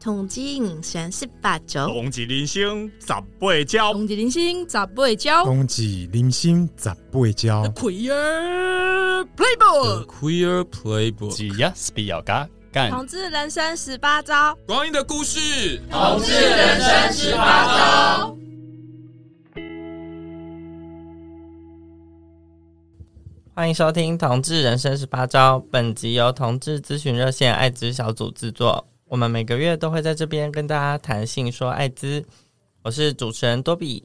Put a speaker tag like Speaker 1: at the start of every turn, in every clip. Speaker 1: 统计人生十八
Speaker 2: 啊
Speaker 1: 招，
Speaker 3: 同志人生十八招，
Speaker 4: 同一人生十八招，
Speaker 5: 冬季人生十八招，
Speaker 4: Queer Playbook，
Speaker 6: Queer Playbook，
Speaker 7: 只要是比较嘎干，
Speaker 1: 统治人生十八招。
Speaker 6: 光阴的故事。
Speaker 8: 同志人生十八招。
Speaker 9: 欢迎收听《同志人生十八招》，本集由同志咨询热线艾滋小组制作。我们每个月都会在这边跟大家谈性说艾滋。我是主持人多比，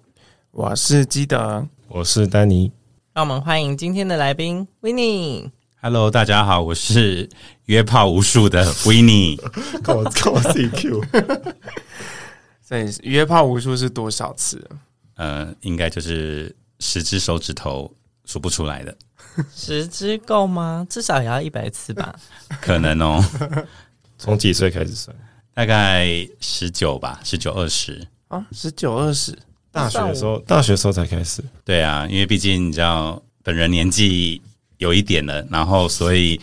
Speaker 10: 我是基德，
Speaker 7: 我是丹尼。
Speaker 9: 让我们欢迎今天的来宾 w i n n i
Speaker 11: Hello，大家好，我是约炮无数的维尼。
Speaker 5: 靠靠 CQ，
Speaker 10: 所以约炮无数是多少次？
Speaker 11: 呃，应该就是十只手指头数不出来的，
Speaker 9: 十支够吗？至少也要一百次吧。
Speaker 11: 可能 哦，
Speaker 7: 从几岁开始算？
Speaker 11: 大概十九吧，十九二十。
Speaker 10: 啊，十九二十，
Speaker 5: 大
Speaker 7: 大学的时候，大学的时候才开始。
Speaker 11: 对啊，因为毕竟你知道，本人年纪有一点了，然后所以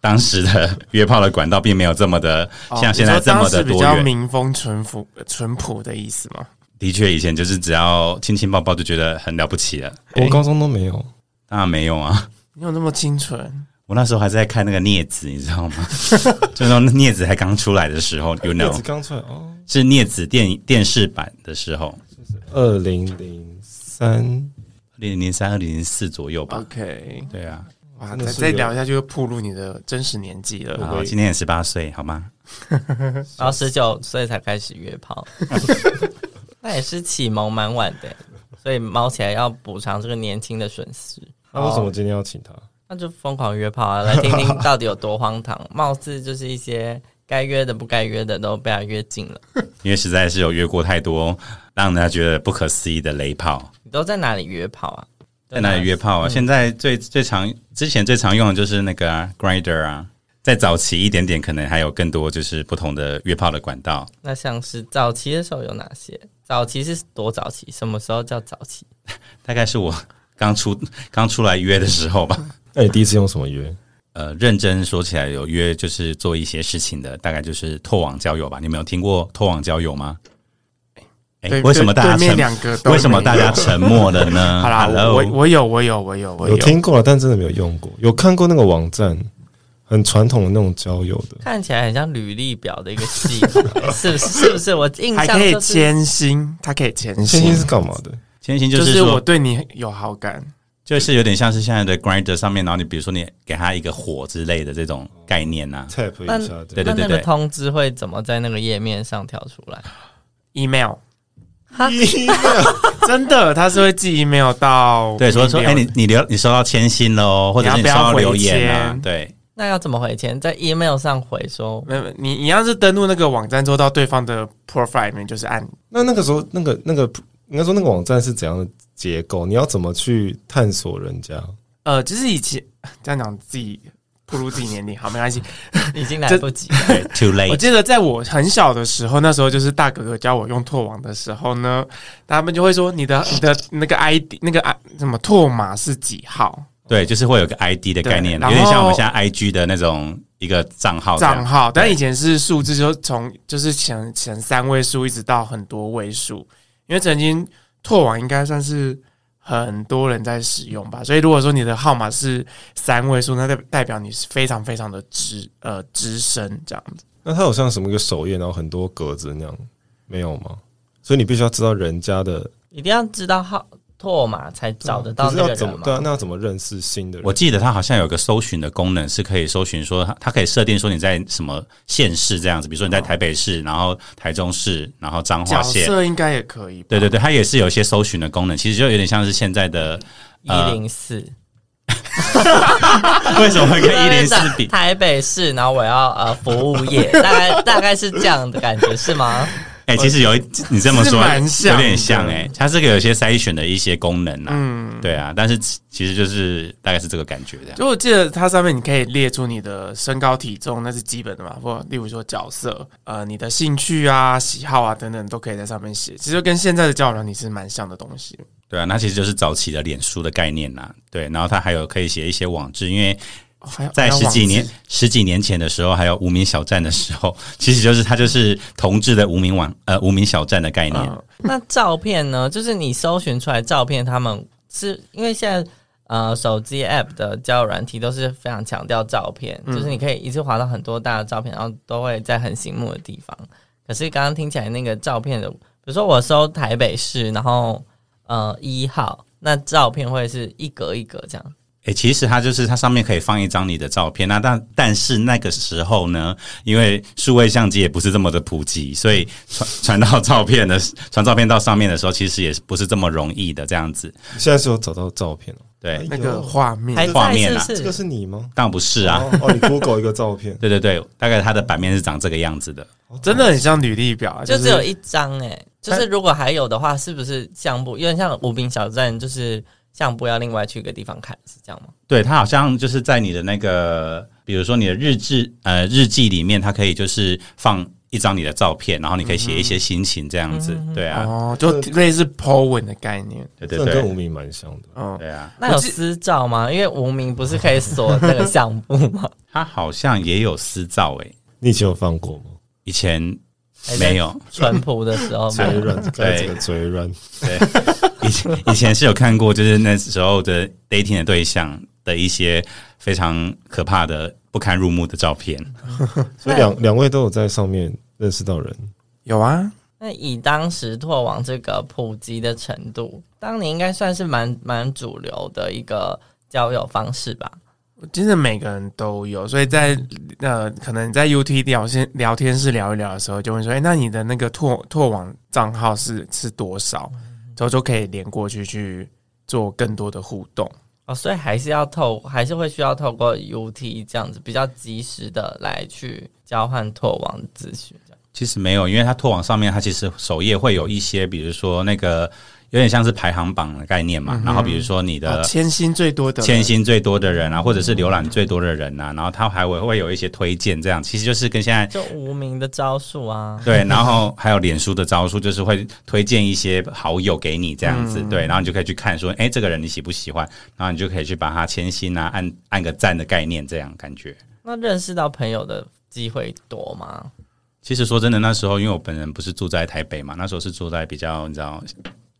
Speaker 11: 当时的约炮的管道并没有这么的像现在这么的
Speaker 10: 哦你说当时比
Speaker 11: 多
Speaker 10: 较
Speaker 11: 元。
Speaker 10: 民风淳朴、淳朴的意思吗？
Speaker 11: 的确，以前就是只要亲亲抱抱就觉得很了不起了，
Speaker 7: 我高中都没有，
Speaker 11: 当然没有啊。
Speaker 10: 你有那么清纯？
Speaker 11: 我那时候还在看那个镊子，你知道吗？就是那种镊子还刚出来的时候，you
Speaker 7: 叶
Speaker 11: know，
Speaker 7: 子刚出来哦，
Speaker 11: 是镊子电电视版的时候，
Speaker 7: 二零零三，
Speaker 11: 二零零三、二零零四左右吧。
Speaker 10: OK，
Speaker 11: 对啊，
Speaker 10: 哇，
Speaker 7: 真的
Speaker 10: 再
Speaker 7: 是
Speaker 10: 再
Speaker 7: 有
Speaker 10: 聊下去就暴露你的真实年纪了。
Speaker 11: 好，今年也十八岁，好吗？
Speaker 9: 然后十九岁才开始约 炮，那也是启蒙蛮晚的，所以猫起来要补偿这个年轻的损失。
Speaker 7: 那为什么今天要请他？
Speaker 9: 那就疯狂约炮啊！来听听到底有多荒唐。 貌似就是一些该约的不该约的都被他约尽了。
Speaker 11: 因为实在是有约过太多让人家觉得不可思议的雷炮。
Speaker 9: 你都在哪里约炮啊？
Speaker 11: 在哪里约炮啊？现在最最常之前最常用的就是那个、啊、Grinder 啊，在早期一点点，可能还有更多就是不同的约炮的管道。
Speaker 9: 那像是早期的时候有哪些？早期是多早期？什么时候叫早期？
Speaker 11: 大概是我刚出刚出来约的时候吧。
Speaker 7: 那你哎第一次用什么约？
Speaker 11: 呃，认真说起来，有约就是做一些事情的，大概就是透网交友吧。你们有听过透网交友吗？哎、
Speaker 10: 对
Speaker 11: 为什么大家
Speaker 10: 对面
Speaker 11: 沉？
Speaker 10: 两个都没有
Speaker 11: 为什么大家沉默了呢？
Speaker 10: 好啦，
Speaker 11: Hello
Speaker 10: 我我我有我有我有我
Speaker 7: 有听过了，但真的没有用过。有看过那个网站，很传统的那种交友的，
Speaker 9: 看起来很像履历表的一个系 统，是不是？是不是？我印
Speaker 10: 还
Speaker 9: 象
Speaker 10: 可以
Speaker 9: 就是
Speaker 10: 牵心，他可以牵
Speaker 7: 千金
Speaker 10: 心，
Speaker 7: 是干嘛的？
Speaker 11: 前行
Speaker 10: 就
Speaker 11: 就是是
Speaker 10: 我
Speaker 11: 说，
Speaker 10: 对你有好感。
Speaker 11: 就是有点像是现在的 Grinder 上面，然后你比如说你给他一个火之类的这种概念啊呐、
Speaker 7: tap
Speaker 9: 那
Speaker 7: 一下，
Speaker 11: 嗯对对
Speaker 9: 那
Speaker 11: 对
Speaker 9: 那个
Speaker 11: 对
Speaker 9: 通知会怎么在那个页面上跳出来？
Speaker 10: email，真 的，他是会寄 email 到
Speaker 11: 对，所以说，哎、
Speaker 10: email
Speaker 11: 你你留你收到千信了哦，或者是
Speaker 10: 你
Speaker 11: 你
Speaker 10: 要
Speaker 11: 收
Speaker 10: 不要
Speaker 11: 到留
Speaker 10: 回
Speaker 11: 言啊
Speaker 10: 签，
Speaker 11: 对，
Speaker 9: 那要怎么回钱？在 email 上回说
Speaker 10: 没有，没有你你要是登录那个网站之后，到对方的 profile 里面就是按
Speaker 7: 那那个时候，那个那个应该说那个网站是怎样的结构？你要怎么去探索人家？
Speaker 10: 呃，就是以前这样讲自己暴露自己年龄，好，没关系。
Speaker 9: 已经来
Speaker 10: 这
Speaker 9: 不及了，
Speaker 11: 对，too
Speaker 10: 我
Speaker 11: late，
Speaker 10: 记得在我很小的时候，那时候就是大哥哥教我用拓网的时候呢，他们就会说你的你的那个 ID 那个啊什么拓码是几号
Speaker 11: 对，就是会有个 ID 的概念，
Speaker 10: 对
Speaker 11: 有点像
Speaker 10: 然
Speaker 11: 我
Speaker 10: 后
Speaker 11: 们现在 IG 的那种一个账号这样
Speaker 10: 账号，但
Speaker 11: 对
Speaker 10: 以前是数字，就从就是前前三位数一直到很多位数，因为曾经拓网应该算是。很多人在使用吧，所以如果说你的号码是三位数，那代代表你是非常非常的资呃资深这样子。
Speaker 7: 那它有像什么一个首页，然后很多格子那样，没有吗？所以你必须要知道人家的
Speaker 9: 一定要知道号拓码才
Speaker 11: 嗯
Speaker 9: 找得到
Speaker 7: 可是
Speaker 9: 那
Speaker 7: 要
Speaker 9: 个
Speaker 7: 怎
Speaker 9: 人
Speaker 7: 么
Speaker 9: 嘛
Speaker 7: 对、。啊？那要怎么认识新的人？
Speaker 11: 我记得它好像有个搜寻的功能，是可以搜寻说它它可以设定说你在什么县市这样子，比如说你在台北市，然后台中市，然后彰化
Speaker 10: 角
Speaker 11: 县。
Speaker 10: 色应该也可以吧，
Speaker 11: 对对对，它也是有一些搜寻的功能，其实就有点像是现在的
Speaker 9: 一
Speaker 11: 呃
Speaker 9: 零四，
Speaker 11: 为什么会跟一零四比？
Speaker 9: 台北市，然后我要呃服务 业，大概大概是这样的感觉是吗？
Speaker 11: 哎、其实有一你这么
Speaker 10: 其实
Speaker 11: 说
Speaker 10: 蛮像
Speaker 11: 有点像
Speaker 10: 的
Speaker 11: 哎、它这个有些筛选的一些功能啊，
Speaker 10: 嗯，
Speaker 11: 对啊，但是其其实就是大概是这个感觉这样。
Speaker 10: 就我记得它上面你可以列出你的身高体重，那是基本的嘛，或例如说角色，呃，你的兴趣啊、喜好啊等等都可以在上面写，其实跟现在的交友软体是蛮像的东西。
Speaker 11: 啊对啊，那其实就是早期的脸书的概念啦。对，然后它还有可以写一些网志，因为
Speaker 10: 还要
Speaker 11: 在十几年
Speaker 10: 还要网址
Speaker 11: 十几年前的时候，还有无名小站的时候， 其实就是它就是同志的无名网呃无名小站的概念。
Speaker 10: 嗯
Speaker 9: 那照片呢？就是你搜寻出来照片，他们是因为现在呃手机 app 的交友软体都是非常强调照片，
Speaker 11: 嗯
Speaker 9: 就是你可以一次滑到很多大的照片，然后都会在很醒目的地方。可是刚刚听起来那个照片的，比如说我搜台北市，然后呃一号，那照片会是一格一格这样。
Speaker 11: 诶、其实它就是它上面可以放一张你的照片，那啊但但是那个时候呢，因为数位相机也不是这么的普及，所以传传到照片的传照片到上面的时候，其实也是不是这么容易的这样子。
Speaker 7: 现在是有找到照片了，
Speaker 11: 对，
Speaker 10: 那个画面
Speaker 9: 还
Speaker 11: 画
Speaker 9: 在
Speaker 11: 面
Speaker 9: 是
Speaker 11: 啊
Speaker 9: 不
Speaker 7: 这个
Speaker 9: 是？
Speaker 7: 是你吗？
Speaker 11: 当然不是啊，
Speaker 7: 哦，哦你 Google 一个照片，
Speaker 11: 对对对，大概它的版面是长这个样子的。
Speaker 10: 真的很像履历表啊，
Speaker 9: 就是只有一张哎、就是如果还有的话，是不是相簿？有点像无名小站，就是相簿要另外去一个地方看，是这样吗？
Speaker 11: 对，它好像就是在你的那个，比如说你的日志呃日记里面，它可以就是放一张你的照片，然后你可以写一些心情这样子。对啊，
Speaker 10: 哦，就类似 po 文的概念，
Speaker 11: 对对
Speaker 7: 这跟
Speaker 11: 对，
Speaker 7: 无名蛮像的。
Speaker 10: 嗯，
Speaker 11: 对啊，
Speaker 9: 那有私照吗？因为无名不是可以锁那个相簿吗？
Speaker 11: 它好像也有私照诶、
Speaker 7: 你以前有放过吗？
Speaker 11: 以前没有，
Speaker 9: 淳朴的时候
Speaker 7: 嘴
Speaker 9: 没有。
Speaker 7: 软，刚才这个嘴软，
Speaker 11: 哦对，以前以前是有看过，就是那时候的 dating 的对象的一些非常可怕的、不堪入目的照片。
Speaker 7: 所以两两位都有在上面认 识到人。
Speaker 10: 有啊，
Speaker 9: 那以当时拓网这个普及的程度，当年应该算是蛮蛮主流的一个交友方式吧？
Speaker 10: 真的每个人都有，所以在呃，可能你在 UT 聊天聊天室聊一聊的时候，就会说，哎、那你的那个拓拓网账号是是多少？
Speaker 11: 嗯
Speaker 10: 之后就可以连过去去做更多的互动。
Speaker 9: 哦，所以还是要透，还是会需要透过 UT 这样子比较及时的来去交换拓网的资讯。这样
Speaker 11: 其实没有，因为它拓网上面它其实首页会有一些，比如说那个有点像是排行榜的概念嘛，然后比如说你
Speaker 10: 哦
Speaker 11: 的。
Speaker 10: 千星最多的
Speaker 11: 千星最多的人啊，或者是浏览最多的人啊，然后它还会会有一些推荐，这样其实就是跟现在
Speaker 9: 就无名的招 数啊，
Speaker 11: 对，然后还有脸书的招数，就是会推荐一些好友给你这样子，对，然后你就可以去看说，哎，这个人你喜不喜欢？然后你就可以去把他签心啊，按按个赞的概念，这样感觉。
Speaker 9: 那认识到朋友的机会多吗？
Speaker 11: 其实说真的，那时候因为我本人不是住在台北嘛，那时候是住在比较你知道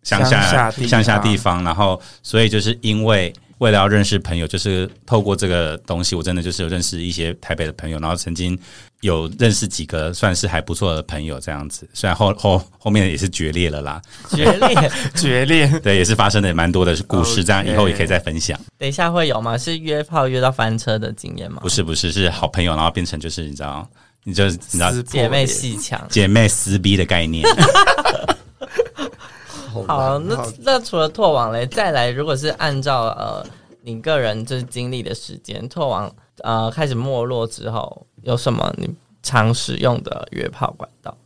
Speaker 11: 乡
Speaker 10: 乡
Speaker 11: 下
Speaker 10: 下地
Speaker 11: 乡下
Speaker 10: 方
Speaker 11: 地方，然后所以就是因为为了要认识朋友，就是透过这个东西，我真的就是有认识一些台北的朋友，然后曾经有认识几个算是还不错的朋友这样子，虽然后后后面也是决裂了啦，
Speaker 9: 决裂，
Speaker 10: 决裂，
Speaker 11: 对，也是发生的蛮多的故事，这样
Speaker 10: OK
Speaker 11: 以后也可以再分享。
Speaker 9: 等一下会有吗？是约炮约到翻车的经验吗？
Speaker 11: 不是不是，是好朋友，然后变成就是你知道，你就你知道
Speaker 10: 撕破
Speaker 9: 姐妹
Speaker 10: 脸
Speaker 9: 戏强。
Speaker 11: 姐妹撕逼的概念。
Speaker 9: 好，那那除了拓网嘞，再来，如果是按照呃你个人就是经历的时间，拓网呃开始没落之后，有什么你常使用的约炮管道？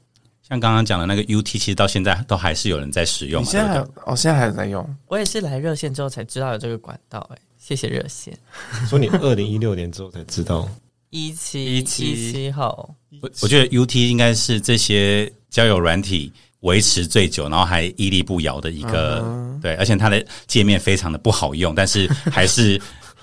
Speaker 11: 像刚刚讲的那个 UT，其实到现在都还是有人在使用
Speaker 10: 你
Speaker 11: 嘛，
Speaker 10: 现在还
Speaker 11: 对
Speaker 10: 有
Speaker 11: 不对？
Speaker 10: 哦，现在还有在用，
Speaker 9: 我也是来热线之后才知道有这个管道、哎，谢谢热线。
Speaker 7: 说你二零一六年之后才知
Speaker 11: 哦
Speaker 7: 道，
Speaker 9: 一七一
Speaker 10: 17
Speaker 9: 七后，
Speaker 11: 我我觉得 UT 应该是这些交友软体维持最久，然后还屹立不摇的一
Speaker 10: 嗯
Speaker 11: 个、对，而且它的界面非常的不好用， 但是还是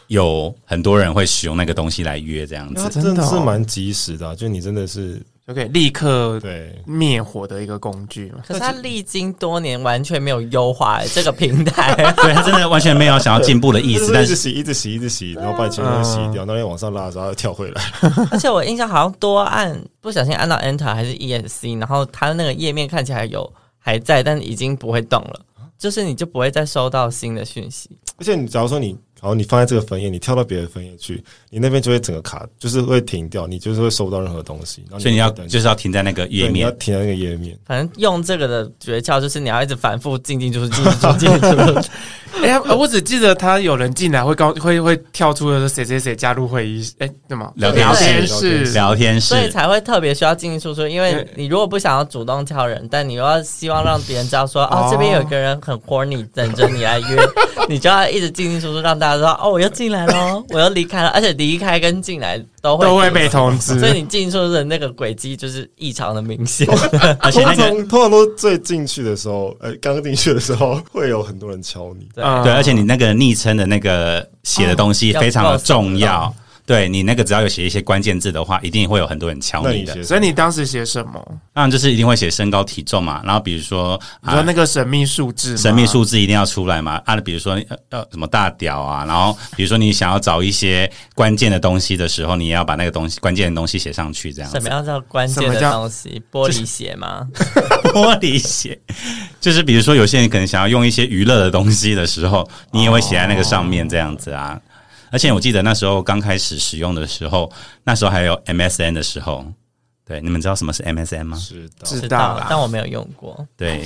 Speaker 11: 有很多人会使用那个东西来约这样
Speaker 7: 因为它
Speaker 11: 子。
Speaker 7: 真
Speaker 10: 真的
Speaker 7: 的
Speaker 10: 哦
Speaker 7: 是蛮及时的啊、就你真的是
Speaker 10: 就可以立刻
Speaker 7: 对，
Speaker 10: 灭火的一个工具嘛。
Speaker 9: 可是它历经多年完全没有优化、哎这个平台。
Speaker 11: 对他真的完全没有想要进步的意
Speaker 7: 就
Speaker 11: 思，
Speaker 7: 是
Speaker 11: 但
Speaker 7: 一直
Speaker 11: 是嗯
Speaker 7: 洗，一直洗，一直洗，然后把你全部都洗掉，然后你往上拉的时候它又跳回来。
Speaker 9: 而且我印象好像多按不小心按到 Enter 还是 ESC，然后它那个页面看起来有还在，但已经不会动了，就是你就不会再收到新的讯息。
Speaker 7: 而且你假如说你，好，你放在这个分页，你跳到别的分页去，你那边就会整个卡，就是会停掉，你就是会收不到任何东西。然后
Speaker 11: 所以你要
Speaker 7: 等
Speaker 11: 就是要停在那个页
Speaker 7: 对你要
Speaker 11: 面。
Speaker 7: 停在那个页面。
Speaker 9: 反正用这个的诀窍就是你要一直反复进进出出进进出出进进出出。
Speaker 10: 哎、呀，我只记得他有人进来会告会会跳出的说谁谁谁加入会议，哎、怎么
Speaker 11: 聊天室
Speaker 10: 室
Speaker 11: 聊天室
Speaker 9: 所以才会特别需要进进出出，因为你如果不想要主动挑人，但你又要希望让别人知道说，哦
Speaker 10: 哦，
Speaker 9: 这边有一个人很 horny 等着你来约， 你就要一直进进出出，让大家知道，哦，我又进来 喽，我又离开了，而且离开跟进来都会
Speaker 10: 都会被通知，
Speaker 9: 所以你进出的那个轨迹就是异常的明显。
Speaker 10: 哦
Speaker 11: 而且
Speaker 7: 通
Speaker 11: 那个
Speaker 7: 常通常都最进去的时候，呃，刚进去的时候会有很多人敲你。
Speaker 9: 对啊
Speaker 10: 嗯
Speaker 11: 对，而且你那个昵称的那个写的东西非常的重要。对你那个只要有写一些关键字的话，一定会有很多人敲
Speaker 7: 那
Speaker 11: 你
Speaker 7: 你
Speaker 11: 的。
Speaker 7: 写
Speaker 10: 所以你当时写什么？
Speaker 11: 当然就是一定会写身高体重嘛，然后比如说
Speaker 10: 你说
Speaker 11: 啊
Speaker 10: 那个啊神秘数字吗，
Speaker 11: 神秘数字一定要出来嘛，啊，比如说呃呃什么大屌啊，然后比如说你想要找一些关键的东西的时候，你也要把那个东西关键的东西写上去，这样子
Speaker 9: 什么样叫关键
Speaker 10: 什么
Speaker 9: 的
Speaker 10: 叫
Speaker 9: 东西？玻璃鞋吗？
Speaker 11: 玻璃鞋，就是比如说有些人可能想要用一些娱乐的东西的时候，你也会写在那个上
Speaker 7: 哦
Speaker 11: 面这样子啊。而且我记得那时候刚开始使用的时候，那时候还有 MSN 的时候，对，你们知道什么是 MSN 吗？
Speaker 7: 知道
Speaker 10: 知
Speaker 9: 知
Speaker 10: 道
Speaker 9: 道
Speaker 10: 啦，
Speaker 9: 但我没有用过。
Speaker 11: 对，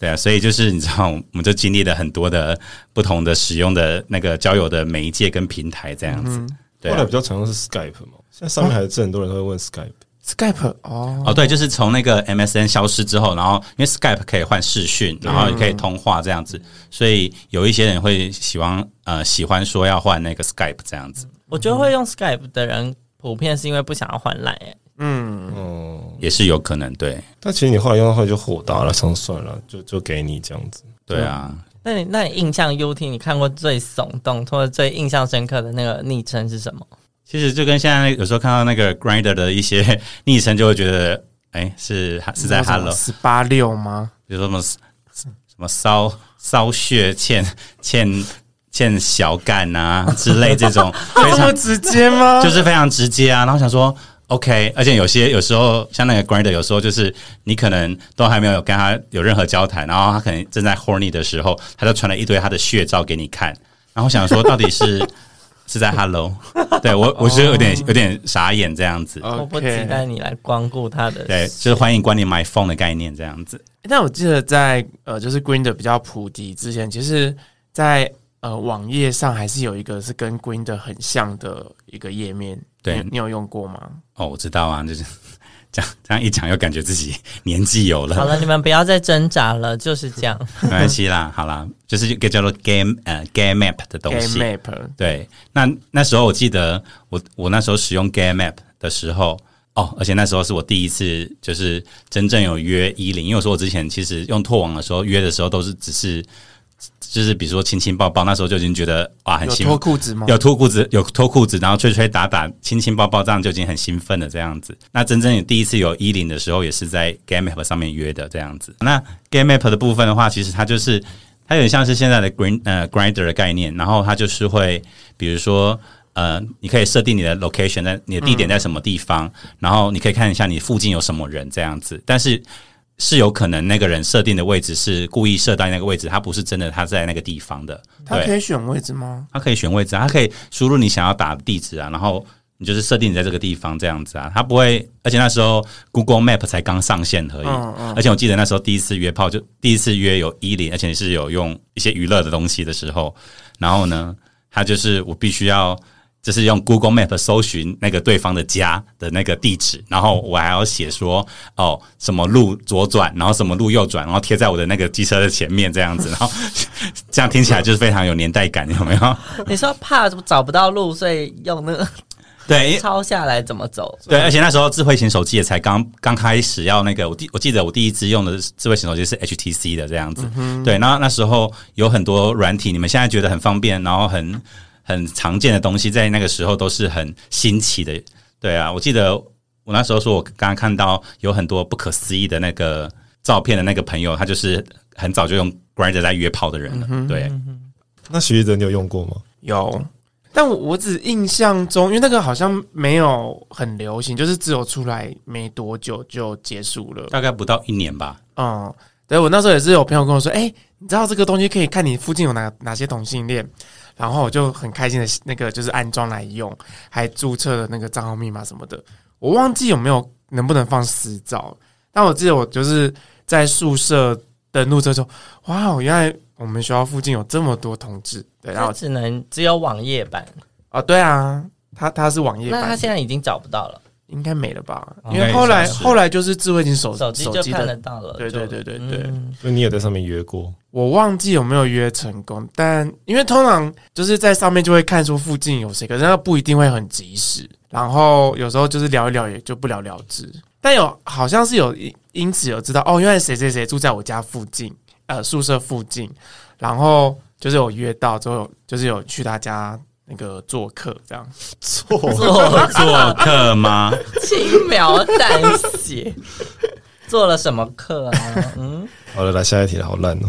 Speaker 11: 对啊，所以就是你知道，我们就经历了很多的不同的使用的那个交友的媒介跟平台这样子。对
Speaker 7: 嗯后来
Speaker 11: 啊
Speaker 7: 比，较常用是 Skype 嘛，现在上面还是很多人会问 Skype，
Speaker 10: Skype 哦，
Speaker 11: 哦，对，就是从那个 MSN 消失之后，然后因为 Skype 可以换视讯，然
Speaker 10: 嗯
Speaker 11: 后也可以通话这样子，所以有一些人会喜欢呃喜欢说要换那个 Skype 这样子，
Speaker 9: 我觉得会用 Skype 的人，普遍是因为不想要换赖、欸。
Speaker 10: 嗯，
Speaker 7: 哦，
Speaker 11: 也是有可能，对，
Speaker 7: 但其实你后来用到后来就火大了，想算了，就就给你这样子。
Speaker 11: 对啊，
Speaker 10: 嗯
Speaker 9: 那你那你印象 UT 你看过最耸动或者最印象深刻的那个昵称是什么？
Speaker 11: 其实就跟现在有时候看到那个 Grinder 的一些 昵称，就会觉得哎是是在 Hello，
Speaker 10: 十八六吗？
Speaker 11: 比如说什么什么骚骚血欠欠欠小干啊之类这 种非
Speaker 10: 这
Speaker 11: 常
Speaker 10: 么直接 吗？
Speaker 11: 就是非常直接啊。然后想说，OK，而且有些有时候像那个 Grinder，有时候就是你可能都还没有跟他有任何交谈，然后他可能正在 horny 的时候，他就传了一堆他的血照给你看，然后想说到底是是在 Hello，对 我我是有点有点傻眼这样子。
Speaker 9: 我不期
Speaker 10: OK。
Speaker 9: 待你来光顾他的。
Speaker 11: 对，就是欢迎光临 My Phone 的概念这样子。
Speaker 10: 但哎我记得在呃，就是 Grinder 比较普及之前，其实在呃网页上还是有一个是跟 Grinder 很像的一个页面。
Speaker 11: 对
Speaker 10: 你你有用过吗？
Speaker 11: 哦，我知道啊，就是这样这样一讲，又感觉自己年纪有
Speaker 9: 好
Speaker 11: 了，
Speaker 9: 了，你们不要再挣扎了，就是这 样。
Speaker 11: 没关系啦，好啦，就是一个叫做 Game 呃 Game Map 的东
Speaker 10: Game
Speaker 11: 西。
Speaker 10: Map
Speaker 11: 对，那那时候我记得我我那时候使用 Game App 的时候，哦，而且那时候是我第一次就是真正有约一零，因为我说我之前其实用拓网的时候约的时候都是只是就是比如说亲亲抱抱，那时候就已经觉得哇很
Speaker 10: 有
Speaker 11: 兴
Speaker 10: 脱
Speaker 11: 奋。
Speaker 10: 裤子吗？
Speaker 11: 有脱裤子，有脱裤子，然后吹吹打打、亲亲抱抱，这样就已经很兴奋了。这样子，那真正有第一次有衣领的时候，也是在 Game App 上面约的这样子。那 Game App 的部分的话，其实它就是它有点像是现在的 Green 呃 Grinder 的概念，然后它就是会，比如说。呃，你可以设定你的 location 在你的地点在什么地方，
Speaker 10: 嗯
Speaker 11: 然后你可以看一下你附近有什么人这样子。但是是有可能那个人设定的位置是故意设在那个位置，他不是真的他在那个地方的。
Speaker 10: 它
Speaker 11: 对
Speaker 10: 可以选位置吗？
Speaker 11: 它可以选位置啊，它可以输入你想要打的地址啊，然后你就是设定你在这个地方这样子啊，它不会，而且那时候 Google Map 才刚上线而已，
Speaker 10: 嗯嗯
Speaker 11: 而且我记得那时候第一次约炮就第一次约有一零，而且是有用一些娱乐的东西的时候，然后呢，它就是我必须要。就是用 Google Map 搜寻那个对方的家的那个地址，然后我还要写说哦什么路左转，然后什么路右转，然后贴在我的那个机车的前面这样子，然后 这样听起来就是非常有年代感，有没有？
Speaker 9: 你说怕找不到路，所以用那个
Speaker 11: 对，
Speaker 9: 抄下来怎么走？
Speaker 11: 对，而且那时候智慧型手机也才刚刚开始要那个，我第我记得我第一支用的智慧型手机是 HTC 的这样子，对，那那时候有很多软体，你们现在觉得很方便，然后很很常见的东西，在那个时候都是很新奇的，对啊，我记得我那时候说我刚刚看到有很多不可思议的那个照片的那个朋友，他就是很早就用 Grindr 在约炮的人了，对，
Speaker 7: 那徐一哲你有用过吗？
Speaker 10: 有，但我我只印象中，因为那个好像没有很流行，就是只有出来没多久就结束了。
Speaker 11: 大概不到一年吧，
Speaker 10: 嗯，对我那时候也是有朋友跟我说，哎、你知道这个东西可以看你附近有哪哪些同性恋，然后我就很开心的，那个就是安装来用，还注册了那个账号密码什么的，我忘记有没有能不能放私照，但我记得我就是在宿舍登录之后，哇哦，原来我们学校附近有这么多同志，对，然后
Speaker 9: 它只能只有网页版，
Speaker 10: 哦，对啊，他他是网页
Speaker 9: 那它
Speaker 10: 版，
Speaker 9: 现在已经找不到了，
Speaker 10: 应该没了吧？
Speaker 9: 哦
Speaker 10: 因为后来
Speaker 11: 应该是
Speaker 10: 后来就是智慧型手
Speaker 9: 手机就看得
Speaker 10: 的，
Speaker 9: 到了。
Speaker 10: 对
Speaker 9: 就
Speaker 10: 对对对对
Speaker 9: 嗯
Speaker 7: 所以你也在上面约过？
Speaker 10: 我忘记有没有约成功，但因为通常就是在上面就会看说附近有谁，可是那不一定会很及时，然后有时候就是聊一聊也就不了了之。但有好像是有因因此有知道哦，原来谁谁谁住在我家附近，呃，宿舍附近，然后就是有约到之后，就是有去他家那个做客这样。
Speaker 7: 错
Speaker 11: 做做客吗？
Speaker 9: 轻描淡写，做了什么课啊？嗯，
Speaker 7: 好了，来下一题了，好烂哦、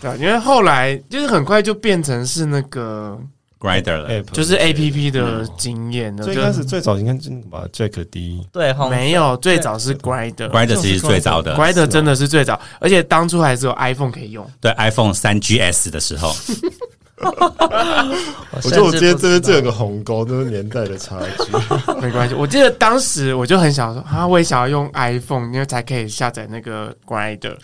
Speaker 10: 对啊，因为后来就是很快就变成是那个
Speaker 11: Grinder 了，
Speaker 7: App
Speaker 10: 就是 A P P 的经验的，
Speaker 7: 最
Speaker 10: 就
Speaker 7: 开始最早应该是那个吧，Jack D，
Speaker 9: 对，红
Speaker 10: 没有最早是 Grinder。
Speaker 11: Grinder 其实最早的，
Speaker 10: Grinder 真的是最早，而且当初还是有 iPhone 可以用。
Speaker 11: 对 iPhone 三 GS 的时 候，
Speaker 9: 我
Speaker 7: 我觉得
Speaker 9: 甚至不
Speaker 7: 我今天这边
Speaker 9: 知
Speaker 7: 这
Speaker 9: 道
Speaker 7: 有个鸿沟，就是年代的差 距。
Speaker 10: 没关系，我记得当时我就很想说啊，我也想要用 iPhone，因为才可以下载那个 Grinder，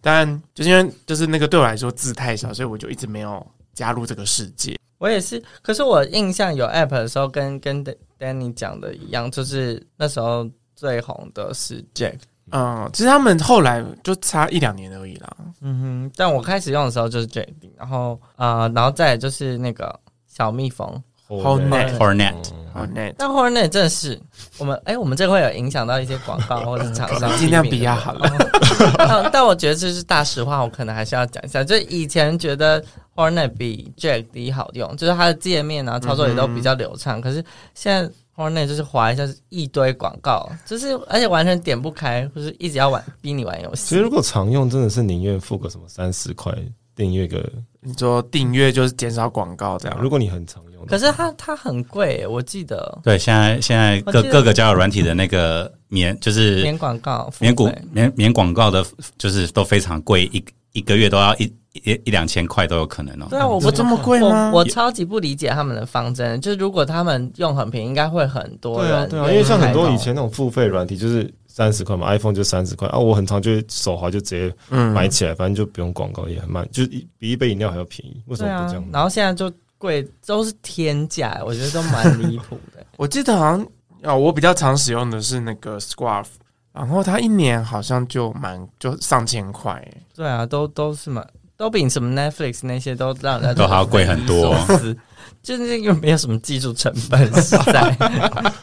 Speaker 10: 但就是因为就是那个对我来说字太小，所以我就一直没有加入这个世界。
Speaker 9: 我也是，可是我印象有 app 的时候跟，跟 Dan- Danny 讲的一样，就是那时候最红的是 Jack。
Speaker 10: 嗯，其实他们后来就差一两年而已啦。
Speaker 9: 嗯哼，但我开始用的时候就是 Jack，然后啊、呃然后再来就是那个小蜜蜂。
Speaker 10: 好难
Speaker 7: 嗯
Speaker 11: Hornet
Speaker 10: 好，哦那
Speaker 9: 但 Hornet 真的是我们，哎、 我们这会有影响到一些广告或者厂商
Speaker 10: 尽量比较好
Speaker 9: 了。 但但我觉得这是大实话，我可能还是要讲一下。就以前觉得 Hornet 比 Jack D 好用，就是它的界面啊、操作也都比较流畅。可是现在 Hornet 就是滑一下是一堆广告，就是而且完全点不开，就是一直要玩逼你玩游
Speaker 7: 其
Speaker 9: 戏
Speaker 7: 实。如果常用，真的是宁愿付个什么三十块订阅个，
Speaker 10: 你说订阅就是减少广告这样，
Speaker 7: 如果你很常用的话，
Speaker 9: 可是它它很贵、我记得
Speaker 11: 对，现在现在
Speaker 9: 我
Speaker 11: 各
Speaker 9: 记得
Speaker 11: 各个交友软体的那个免就是
Speaker 9: 免广告付费，
Speaker 11: 免股免免广告的，就是都非常贵，一一个月都要一一一两千块都有可能哦。
Speaker 9: 对啊，我不
Speaker 10: 有这么贵吗
Speaker 9: 我我超级不理解他们的方针，就是如果他们用很便宜，应该会很多
Speaker 7: 对啊
Speaker 9: 人。
Speaker 7: 对啊，因为像很多以前那种付费软体就是三十块嘛，iPhone 就三十块啊，我很常就会手滑就直接
Speaker 10: 嗯
Speaker 7: 买起来，反正就不用广告也很慢，就是一比一杯饮料还要便宜，为什
Speaker 9: 对
Speaker 7: 么不
Speaker 9: 啊
Speaker 7: 这
Speaker 10: 嗯
Speaker 7: 样，
Speaker 9: 然
Speaker 7: 呢？
Speaker 9: 后现在就贵，都是天价，我觉得都蛮离谱的。
Speaker 10: 我记得好像啊、我比较常使用的是那个 Scarf，然后它一年好像就蛮就上千块欸、
Speaker 9: 对啊，都都是蛮，都比什么 Netflix 那些都让人家
Speaker 11: 都还要贵很多哦
Speaker 9: 匪夷所思就是那个没有什么技术成本实在。
Speaker 7: 啊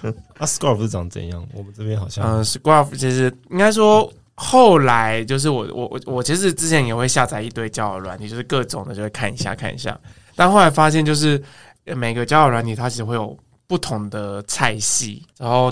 Speaker 7: ，Scar 不是长怎样？我们这边好像
Speaker 10: 嗯，Scarf 其实应该说后来就是我我我我其实之前也会下载一堆交友软体，就是各种的就会看一下看一下，但后来发现就是呃每个交友软体它其实会有不同的菜系，然后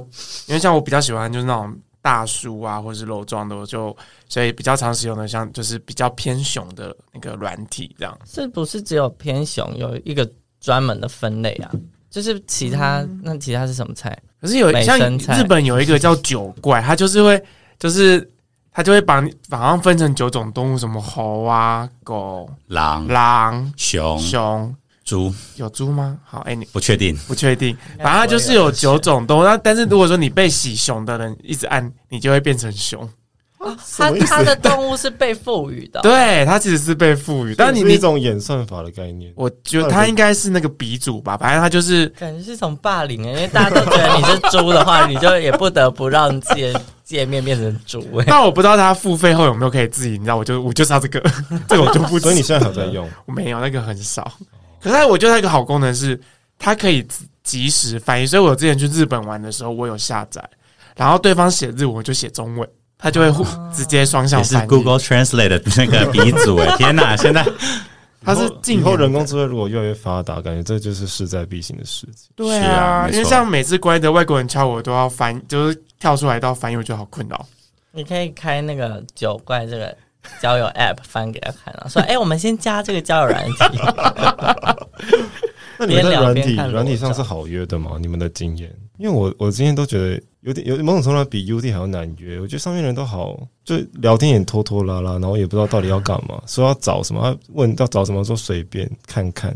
Speaker 10: 因为像我比较喜欢就是那种大叔啊或是肉壮的，我就所以比较常使用的像就是比较偏熊的那个软体这样。
Speaker 9: 是不是只有偏熊有一个专门的分类啊？就是其他、那其他是什么菜？
Speaker 10: 可是有
Speaker 9: 美
Speaker 10: 像
Speaker 9: 生菜
Speaker 10: 日本有一个叫九怪，它就是会就是。它就会把你把好像分成九种动物，什么猴啊、狗、
Speaker 11: 狼、
Speaker 10: 狼、
Speaker 11: 熊、
Speaker 10: 熊，
Speaker 11: 猪，
Speaker 10: 有猪吗？好，哎、你
Speaker 11: 不确定。
Speaker 10: 不确定，反正它就是有九种动物。那但是如果说你被洗熊的人一直按，你就会变成熊。
Speaker 9: 哦啊它它的动物是被赋予的哦、
Speaker 10: 对，它其实是被赋予，但你
Speaker 7: 这是一
Speaker 10: 你，
Speaker 7: 种演算法的 概念。
Speaker 10: 我觉得它应该是那个鼻祖吧，反正它 就是。
Speaker 9: 感觉是一种霸凌啊，因为大家都觉得你是猪的话，你就也不得不让自己的界面变成猪、欸。
Speaker 10: 但我不知道它付费后有没有可以自己，你知道，我就我就是要这个，这个我就不知
Speaker 7: 所以你现在还有在用？
Speaker 10: 我没有那个很少。可是它我觉得它有一个好功能是，它可以及及时翻译。所以我之前去日本玩的时候，我有下载，然后对方写日文，我就写中文，它就会互
Speaker 9: 啊
Speaker 10: 直接双向
Speaker 11: 也是
Speaker 10: 翻译。
Speaker 11: Google Translate 的那个鼻祖 哎，天哪！现在
Speaker 10: 它是
Speaker 7: 以后
Speaker 10: 近
Speaker 7: 以后
Speaker 10: 年
Speaker 7: 人工智慧如果越来越发达，感觉这就是势在必行的事情。
Speaker 10: 对
Speaker 11: 是啊
Speaker 10: 啊，
Speaker 11: 没
Speaker 10: 因为
Speaker 11: 错
Speaker 10: 像每次乖的外国人敲我都要翻，就是跳出来到翻译，我觉得好困扰。
Speaker 9: 你可以开那个九怪这个交友 App 翻给他看啊，说哎、我们先加这个交友软体。
Speaker 7: 那你们
Speaker 9: 边
Speaker 7: 在
Speaker 9: 聊
Speaker 7: 软
Speaker 9: 边
Speaker 7: 体
Speaker 9: 看裸
Speaker 7: 软体上是好约的吗？你们的经验？因为我我今天都觉得有点有某种程度上比 UT 还要难约。我觉得上面人都好，就聊天也拖拖拉拉，然后也不知道到底要干嘛，说要找什么，啊问要找什么，说随便看看。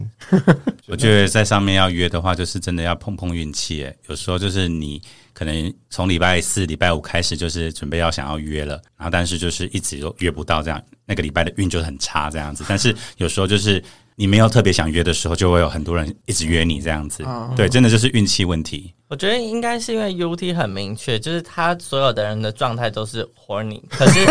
Speaker 11: 我觉得在上面要约的话，就是真的要碰碰运气哎。有时候就是你可能从礼拜四、礼拜五开始，就是准备要想要约了，然后但是就是一直都约不到，这样那个礼拜的运就很差这样子。但是有时候就是你没有特别想约的时候，就会有很多人一直约你这样子。
Speaker 10: 嗯
Speaker 11: 对，真的就是运气问题。
Speaker 9: 我觉得应该是因为 UT 很明确，就是他所有的人的状态都是 horny，可是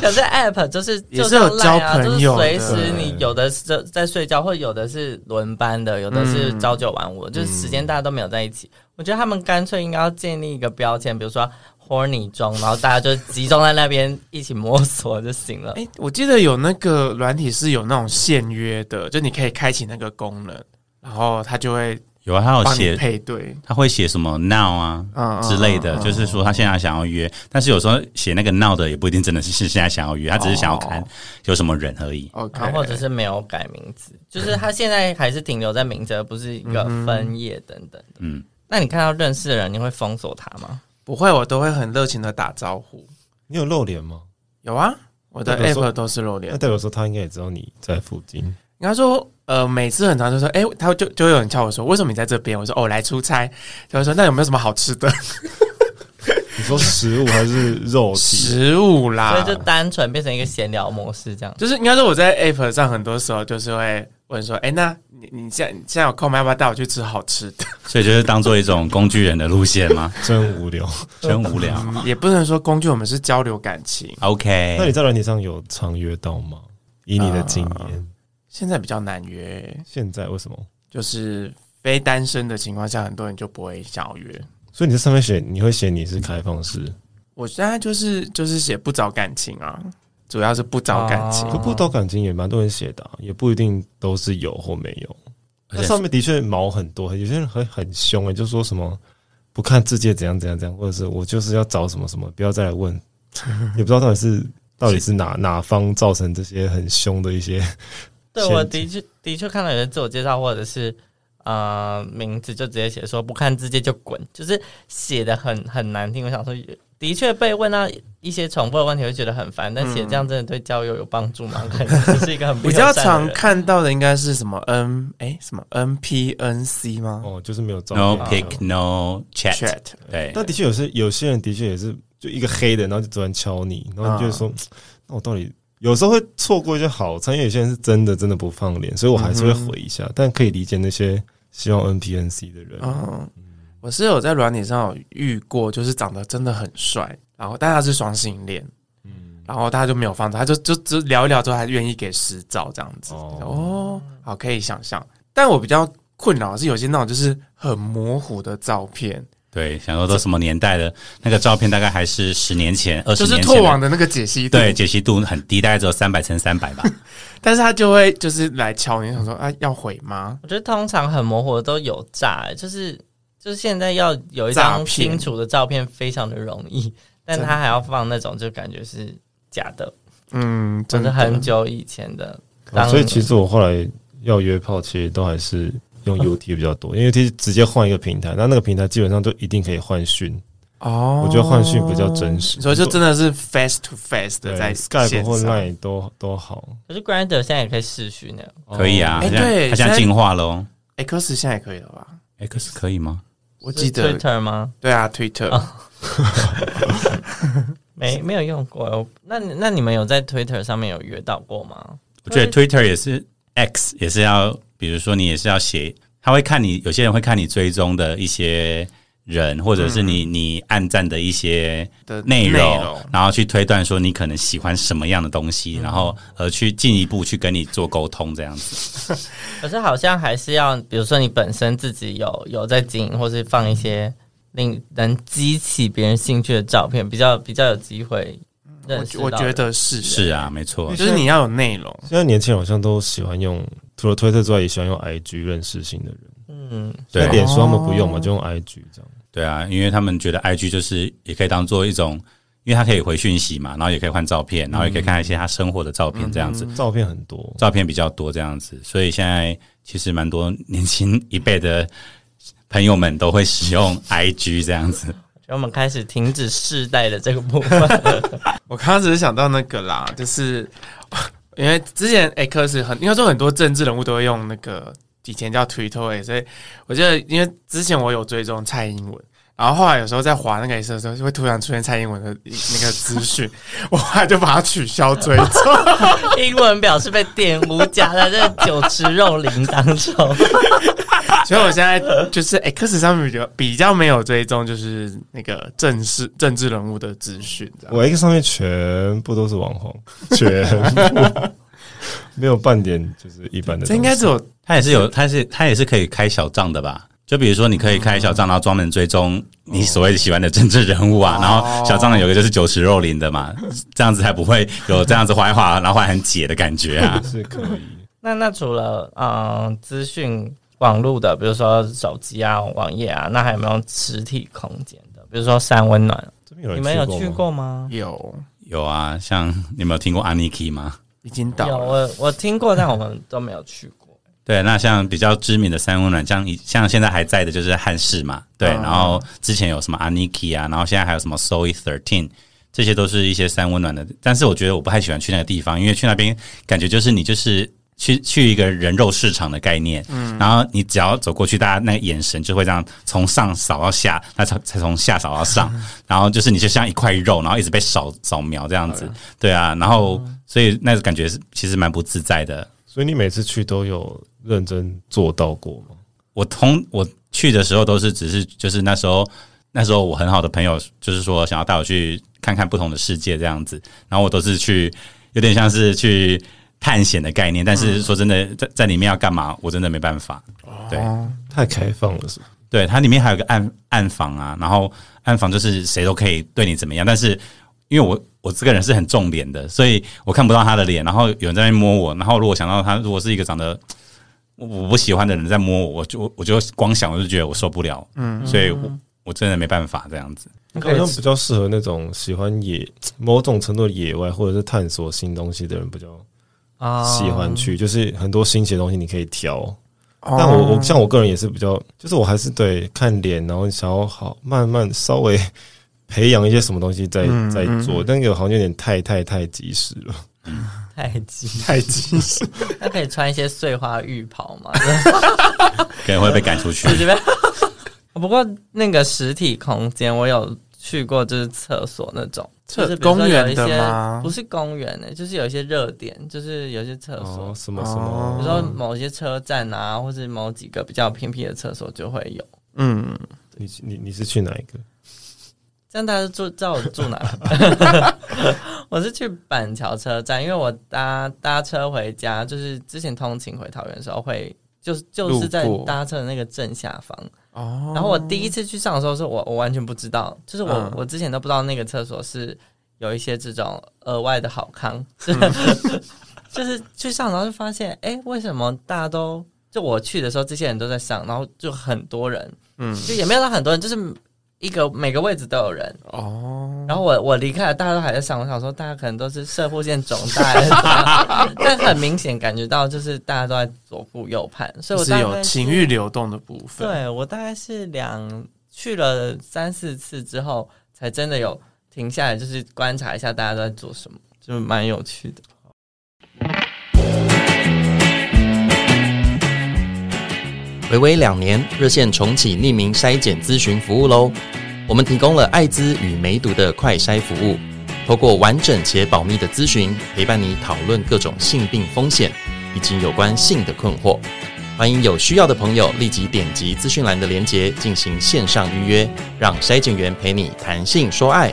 Speaker 9: 可是 App 就是
Speaker 10: 也
Speaker 9: 就是
Speaker 10: 有
Speaker 9: 像 Line 啊
Speaker 10: 交朋友
Speaker 9: 就是随
Speaker 10: 的
Speaker 9: 时你有的是在在睡觉，或者有的是轮班的，有的是朝九晚
Speaker 10: 嗯
Speaker 9: 五，就是时间大家都没有在一起。我觉得他们干脆应该要建立一个标签，比如说 horny 中，然后大家就集中在那边一起摸索就行了。
Speaker 10: 哎、我记得有那个软体是有那种限约的，就你可以开启那个功能，然后他就会
Speaker 11: 有啊，他有
Speaker 9: 哦
Speaker 10: 帮你
Speaker 11: 写，
Speaker 10: 配对，
Speaker 11: 他会写什么 now 啊
Speaker 10: 嗯嗯
Speaker 11: 之类的，
Speaker 10: 嗯嗯
Speaker 11: 就是说他现在想要约，但是有时候写那个 now 的也不一定真的是是现在想要约，他只是想要看
Speaker 10: 哦
Speaker 11: 有什么人而已。
Speaker 10: OK，
Speaker 9: 然后啊或者是没有改名字，就是他现在还是停留在名字，而不是一个
Speaker 10: 嗯
Speaker 9: 分页等等的。
Speaker 11: 嗯，
Speaker 9: 那你看到认识的人，你会封锁他吗？
Speaker 10: 不会，我都会很热情的打招呼。
Speaker 7: 你有露脸吗？
Speaker 10: 有啊，我的
Speaker 7: 那有时候
Speaker 10: app 都是露脸
Speaker 7: 那。代表说他应该也知道你在附近。
Speaker 10: 应该说，呃，每次很常就说，哎、他就就会有人叫我说，为什么你在这边？我说，哦，来出差。他会说，那有没有什么好吃 的
Speaker 7: 你说食物还是肉体？
Speaker 10: 食物
Speaker 9: 所
Speaker 10: 啦
Speaker 9: 以？就单纯变成一个闲聊模式这样。
Speaker 10: 就是应该说我在 app 上很多时候就是会问说，哎、那你你现在你现在有空吗？要不要带我去吃好吃的？
Speaker 11: 所以就是当做一种工具人的路线 吗？
Speaker 7: 真无聊。
Speaker 11: 真无
Speaker 7: 啊
Speaker 11: 聊。
Speaker 10: 嗯也不能说工具，我们是交流感情。
Speaker 7: 那你
Speaker 11: OK，
Speaker 7: 在软体上有常约到吗？以你的经验，
Speaker 10: 现在比较难约，
Speaker 7: 现在为什么？
Speaker 10: 就是非单身的情况下，很多人就不会想要约。
Speaker 7: 所以你在上面写，你会写你是开放式，
Speaker 10: 我现在就是就是写不找感情啊，主要是不找感
Speaker 11: 哦
Speaker 10: 情。
Speaker 7: 可不到感情也蛮多人写的啊、也不一定都是有或没有。
Speaker 11: 而
Speaker 7: 那
Speaker 11: 且
Speaker 7: 上面的确毛很多，有些人很很凶欸诶、就说什么不看世界怎样怎样怎样，或者是我就是要找什么什么，不要再 来问，也不知道到底是到底是哪哪方造成这些很凶的一些
Speaker 9: 对，
Speaker 7: 闲
Speaker 9: 我的确的确看到有人自我介绍，或者是呃名字就直接写说不看字界就滚，就是写的很很难听。我想说，的确被问到一些重复的问题会觉得很烦，但写这样真的对交友有帮助 吗？可能只是一个很不
Speaker 10: 嗯比较
Speaker 9: 友善的
Speaker 10: 常
Speaker 9: 人
Speaker 10: 看到的应该是什么 N 哎、什么 N P N C 吗、
Speaker 7: 哦，就是没有照
Speaker 11: ，No
Speaker 7: 片啊
Speaker 11: pick no chat，
Speaker 10: Chat
Speaker 11: 对，
Speaker 7: 但的确有些有些人的确也是就一个黑的，然后就突然敲你，然后你就说，
Speaker 10: 嗯
Speaker 7: 那我到底有时候会错过就好餐，因为有些人是真的真的不放脸，所以我还是会回一下，但可以理解那些希望 N P N C 的人。
Speaker 10: 嗯，我是有在软体上有遇过，就是长得真的很帅，然后但他是双性恋，嗯，然后他就没有放他就就就聊一聊之后，还愿意给十兆这样子。哦，好，可以想象。但我比较困扰的是有些那种就是很模糊的照片，
Speaker 11: 对，想说都什么年代的那个照片，大概还是十年前、二十
Speaker 10: 就是
Speaker 11: 年
Speaker 10: 拓
Speaker 11: 前
Speaker 10: 网
Speaker 11: 的。
Speaker 10: 的那个解析度，
Speaker 11: 对，解析度很低，大概只有三百乘三百吧。
Speaker 10: 但是他就会就是来敲你，想说啊要回吗？
Speaker 9: 我觉得通常很模糊的都有诈、欸就是就是现在要有一
Speaker 10: 诈
Speaker 9: 张
Speaker 10: 骗
Speaker 9: 清楚的照片非常的容易，但
Speaker 10: 真
Speaker 9: 他还要放那种就感觉是假的，
Speaker 10: 嗯，
Speaker 9: 就
Speaker 10: 真
Speaker 9: 是
Speaker 10: 的
Speaker 9: 很久以前的。
Speaker 7: 哦所以其实我后来要约炮，其实都还是 用 U T 比较多，因为 U T 直接换一个平台，那那个平台基本上都一定可以换讯，
Speaker 10: 哦
Speaker 7: 我觉得换讯比较真实，
Speaker 10: 嗯所以就真的是 face to face 的
Speaker 7: 对
Speaker 10: 在
Speaker 7: Skype
Speaker 10: 线
Speaker 7: 或
Speaker 10: 上
Speaker 7: Line 都都好，
Speaker 9: 可是 Grinder 现在也可以视讯的，
Speaker 11: 可以啊，
Speaker 10: 哎
Speaker 11: 好像
Speaker 10: 对
Speaker 11: 好像
Speaker 10: 现在
Speaker 11: 进化喽。
Speaker 10: X 现在也可以了吧？
Speaker 11: X 可以吗？
Speaker 10: 我记得
Speaker 9: 是 Twitter 吗？
Speaker 10: 对啊，Twitter、
Speaker 9: 没没有用过。那你那你们有在 Twitter 上面有约到过吗？
Speaker 11: 我觉得 Twitter 也是 X 也是要，比如说你也是要写，他会看你，有些人会看你追踪的一些人，或者是你、你暗赞的一些
Speaker 10: 嗯的
Speaker 11: 内容，
Speaker 10: 内容嗯
Speaker 11: 然后去推断说你可能喜欢什么样的东西，然后呃去进一步去跟你做沟通这样子。
Speaker 9: 可是好像还是要，比如说你本身自己有有在经营，或是放一些令能激起别人兴趣的照片，比较比较有机会认识
Speaker 10: 我我
Speaker 9: 到
Speaker 10: 觉
Speaker 9: 人
Speaker 10: 得是
Speaker 11: 是，啊，没错
Speaker 10: 就。是你要有内容。
Speaker 7: 现在年轻人好像都喜欢用，除了推特之外，也喜欢用 IG 认识新的人。
Speaker 9: 嗯，
Speaker 7: 那
Speaker 11: 对
Speaker 7: 脸书他们不用嘛，就用 IG 这样。
Speaker 11: 对啊，因为他们觉得 IG 就是也可以当做一种，因为它可以回讯息嘛，然后也可以换照片，然后也可以看一些他生活的照片这样子。
Speaker 7: 照片很多，
Speaker 11: 照片比较多这样子，所以现在其实蛮多年轻一辈的朋友们都会使用 IG 这样子。
Speaker 9: 所以我们开始停止世代的这个部分。
Speaker 10: 我刚刚只是想到那个啦，就是 因为之前 X 很应该说很多政治人物都会用那个以前叫 Twitter，欸所以我觉得因为之前我有追踪蔡英文。然后后来有时候在滑那个 S 的时候，就会突然出现蔡英文的一那个资讯， 我后来就把它取消追踪。
Speaker 9: 英文表示被玷污，夹在这酒池肉林当中。
Speaker 10: 所以我现在就是哎 X 上面比较比较没有追踪，就是那个政治政治人物的资讯。这样
Speaker 7: 我 X 上面全部都是网红， 全部没有半点就是一般的东西。
Speaker 10: 这应该只有
Speaker 11: 它也是有，它是它也是可以开小账的吧？就比如说，你可以开小账，然后专门追踪你所谓喜欢的政治人物啊。然后小账有一个就是九十肉林的嘛，这样子才不会有这样子画一画，然后画很解的感觉啊。
Speaker 7: 是可以。
Speaker 9: 那那除了嗯资讯网络的，比如说手机啊、网页啊，那还有没有实体空间的？比如说山温暖，
Speaker 7: 这边有
Speaker 9: 你
Speaker 7: 人
Speaker 9: 们有
Speaker 7: 去
Speaker 9: 去
Speaker 7: 过
Speaker 9: 过吗？
Speaker 7: 吗？
Speaker 10: 有
Speaker 11: 有啊，像你们有听过 Aniki 吗？
Speaker 10: 已经到
Speaker 9: 有，
Speaker 10: 了，
Speaker 9: 我我听过，但我们都没有去 过。
Speaker 11: 对，那像比较知名的三温暖，像以像现在还在的就是汉室嘛，对，
Speaker 10: 嗯
Speaker 11: 然后之前有什么 Aniki 啊，然后现在还有什么 Soy Thirteen，这些都是一些三温暖的。但是我觉得我不太喜欢去那个地方，因为去那边感觉就是你就是去去一个人肉市场的概念，嗯，然后你只要走过去，大家那个眼神就会这样从上扫到下，那才才从下扫到上，然后就是你就像一块肉，然后一直被扫扫描这样子，对啊，然后所以那个感觉是其实蛮不自在的。
Speaker 7: 所以你每次去都有认真做到过吗？
Speaker 11: 我通我去的时候都是只是就是那时候那时候我很好的朋友就是说想要带我去看看不同的世界这样子，然后我都是去有点像是去探险的概念，但是说真的，在在里面要干嘛，我真的没办法。对
Speaker 7: 太开放了是吧？
Speaker 11: 对，它里面还有个暗暗房啊，然后暗房就是谁都可以对你怎么样，但是因为我我这个人是很重脸的，所以我看不到他的脸，然后有人在那边摸我，然后如果想到他如果是一个长得我我不喜欢的人在摸我，我就我就光想我就觉得我受不了，嗯，所以我我真的没办法这样子。
Speaker 9: 你
Speaker 7: 好
Speaker 9: 可以
Speaker 7: 像比较适合那种喜欢野某种程度的野外或者是探索新东西的人比较
Speaker 9: 啊
Speaker 7: 喜欢去，就是很多新奇的东西你可以挑。
Speaker 10: 哦
Speaker 7: 但我我像我个人也是比较，就是我还是对看脸，然后想要好慢慢稍微培养一些什么东西再
Speaker 10: 嗯
Speaker 7: 再做，但有好像有点太太太及时了，
Speaker 9: 太极，
Speaker 7: 太及时。
Speaker 9: 那可以穿一些碎花浴袍吗？
Speaker 11: 可能会被赶出去
Speaker 9: 我。这 边。不过那个实体空间，我有去过，就是厕所那种，
Speaker 10: 厕
Speaker 9: 就是比如说有一些
Speaker 10: 公园的吗
Speaker 9: 不是公园的、就是有一些热点，就是有一些厕所，哦
Speaker 7: 哦，什么什么
Speaker 10: 嗯
Speaker 9: 比如说某些车站啊，或是某几个比较偏僻的厕所就会有。
Speaker 10: 嗯，
Speaker 7: 你你你是去哪一个？
Speaker 9: 这样大家住知道我住哪？ 我是去板桥车站，因为我搭搭车回家，就是之前通勤回桃园的时候会，就是就是在
Speaker 10: 路过
Speaker 9: 搭车的那个正下方。
Speaker 10: 哦，
Speaker 9: 然后我第一次去上的时候，是我我完全不知道，就是我、
Speaker 10: 嗯
Speaker 9: 我之前都不知道那个厕所是有一些这种额外的好康，
Speaker 10: 嗯
Speaker 9: 就是去上然后就发现，哎、为什么大家都就我去的时候，这些人都在上，然后就很多人，
Speaker 10: 嗯
Speaker 9: 就也没有到很多人，就是一个每个位置都有人。
Speaker 10: 哦，
Speaker 9: 然后我我离开了，大家都还在上，我想说大家可能都是射护线肿大， 但很明显感觉到就是大家都在左顾右盼，所以
Speaker 10: 就
Speaker 9: 我
Speaker 10: 是
Speaker 9: 大概
Speaker 10: 有情欲流动的部分，
Speaker 9: 对我大概是两去了三四次之后，才真的有停下来，就是观察一下大家都在做什么，就蛮有趣的。
Speaker 12: 回归两年，热线重启匿名筛检咨询服务喽。我们提供了艾滋与梅毒的快筛服务，透过完整且保密的咨询，陪伴你讨论各种性病风险以及有关性的困惑。欢迎有需要的朋友立即点击资讯栏的连结进行线上预约，让筛检员陪你谈性说爱。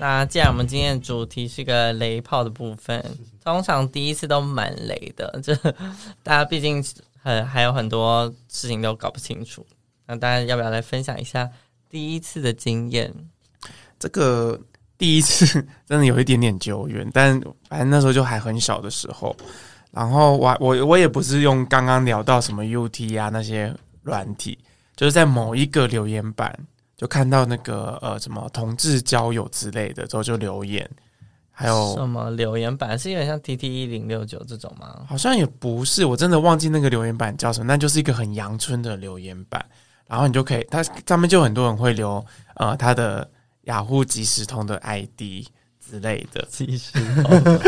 Speaker 9: 那既然我们今天的主题是个雷炮的部分，通常第一次都蛮雷的，这大家毕竟很还有很多事情都搞不清楚。那大家要不要来分享一下第一次的经验？
Speaker 10: 这个第一次真的有一点点久远， 但反正那时候就还很小的时候。然后我我我也不是用刚刚聊到什么 UT 啊那些软体，就是在某一个留言板就看到那个呃什么同志交友之类的，之后就留言，还有
Speaker 9: 什么留言板是有点像 T T 一零六九这种吗？
Speaker 10: 好像也不是，我真的忘记那个留言板叫什么，那就是一个很阳春的留言板。然后你就可以，它上面就很多人会留呃他的雅虎即时通的 ID 之类的，
Speaker 9: 其实，哦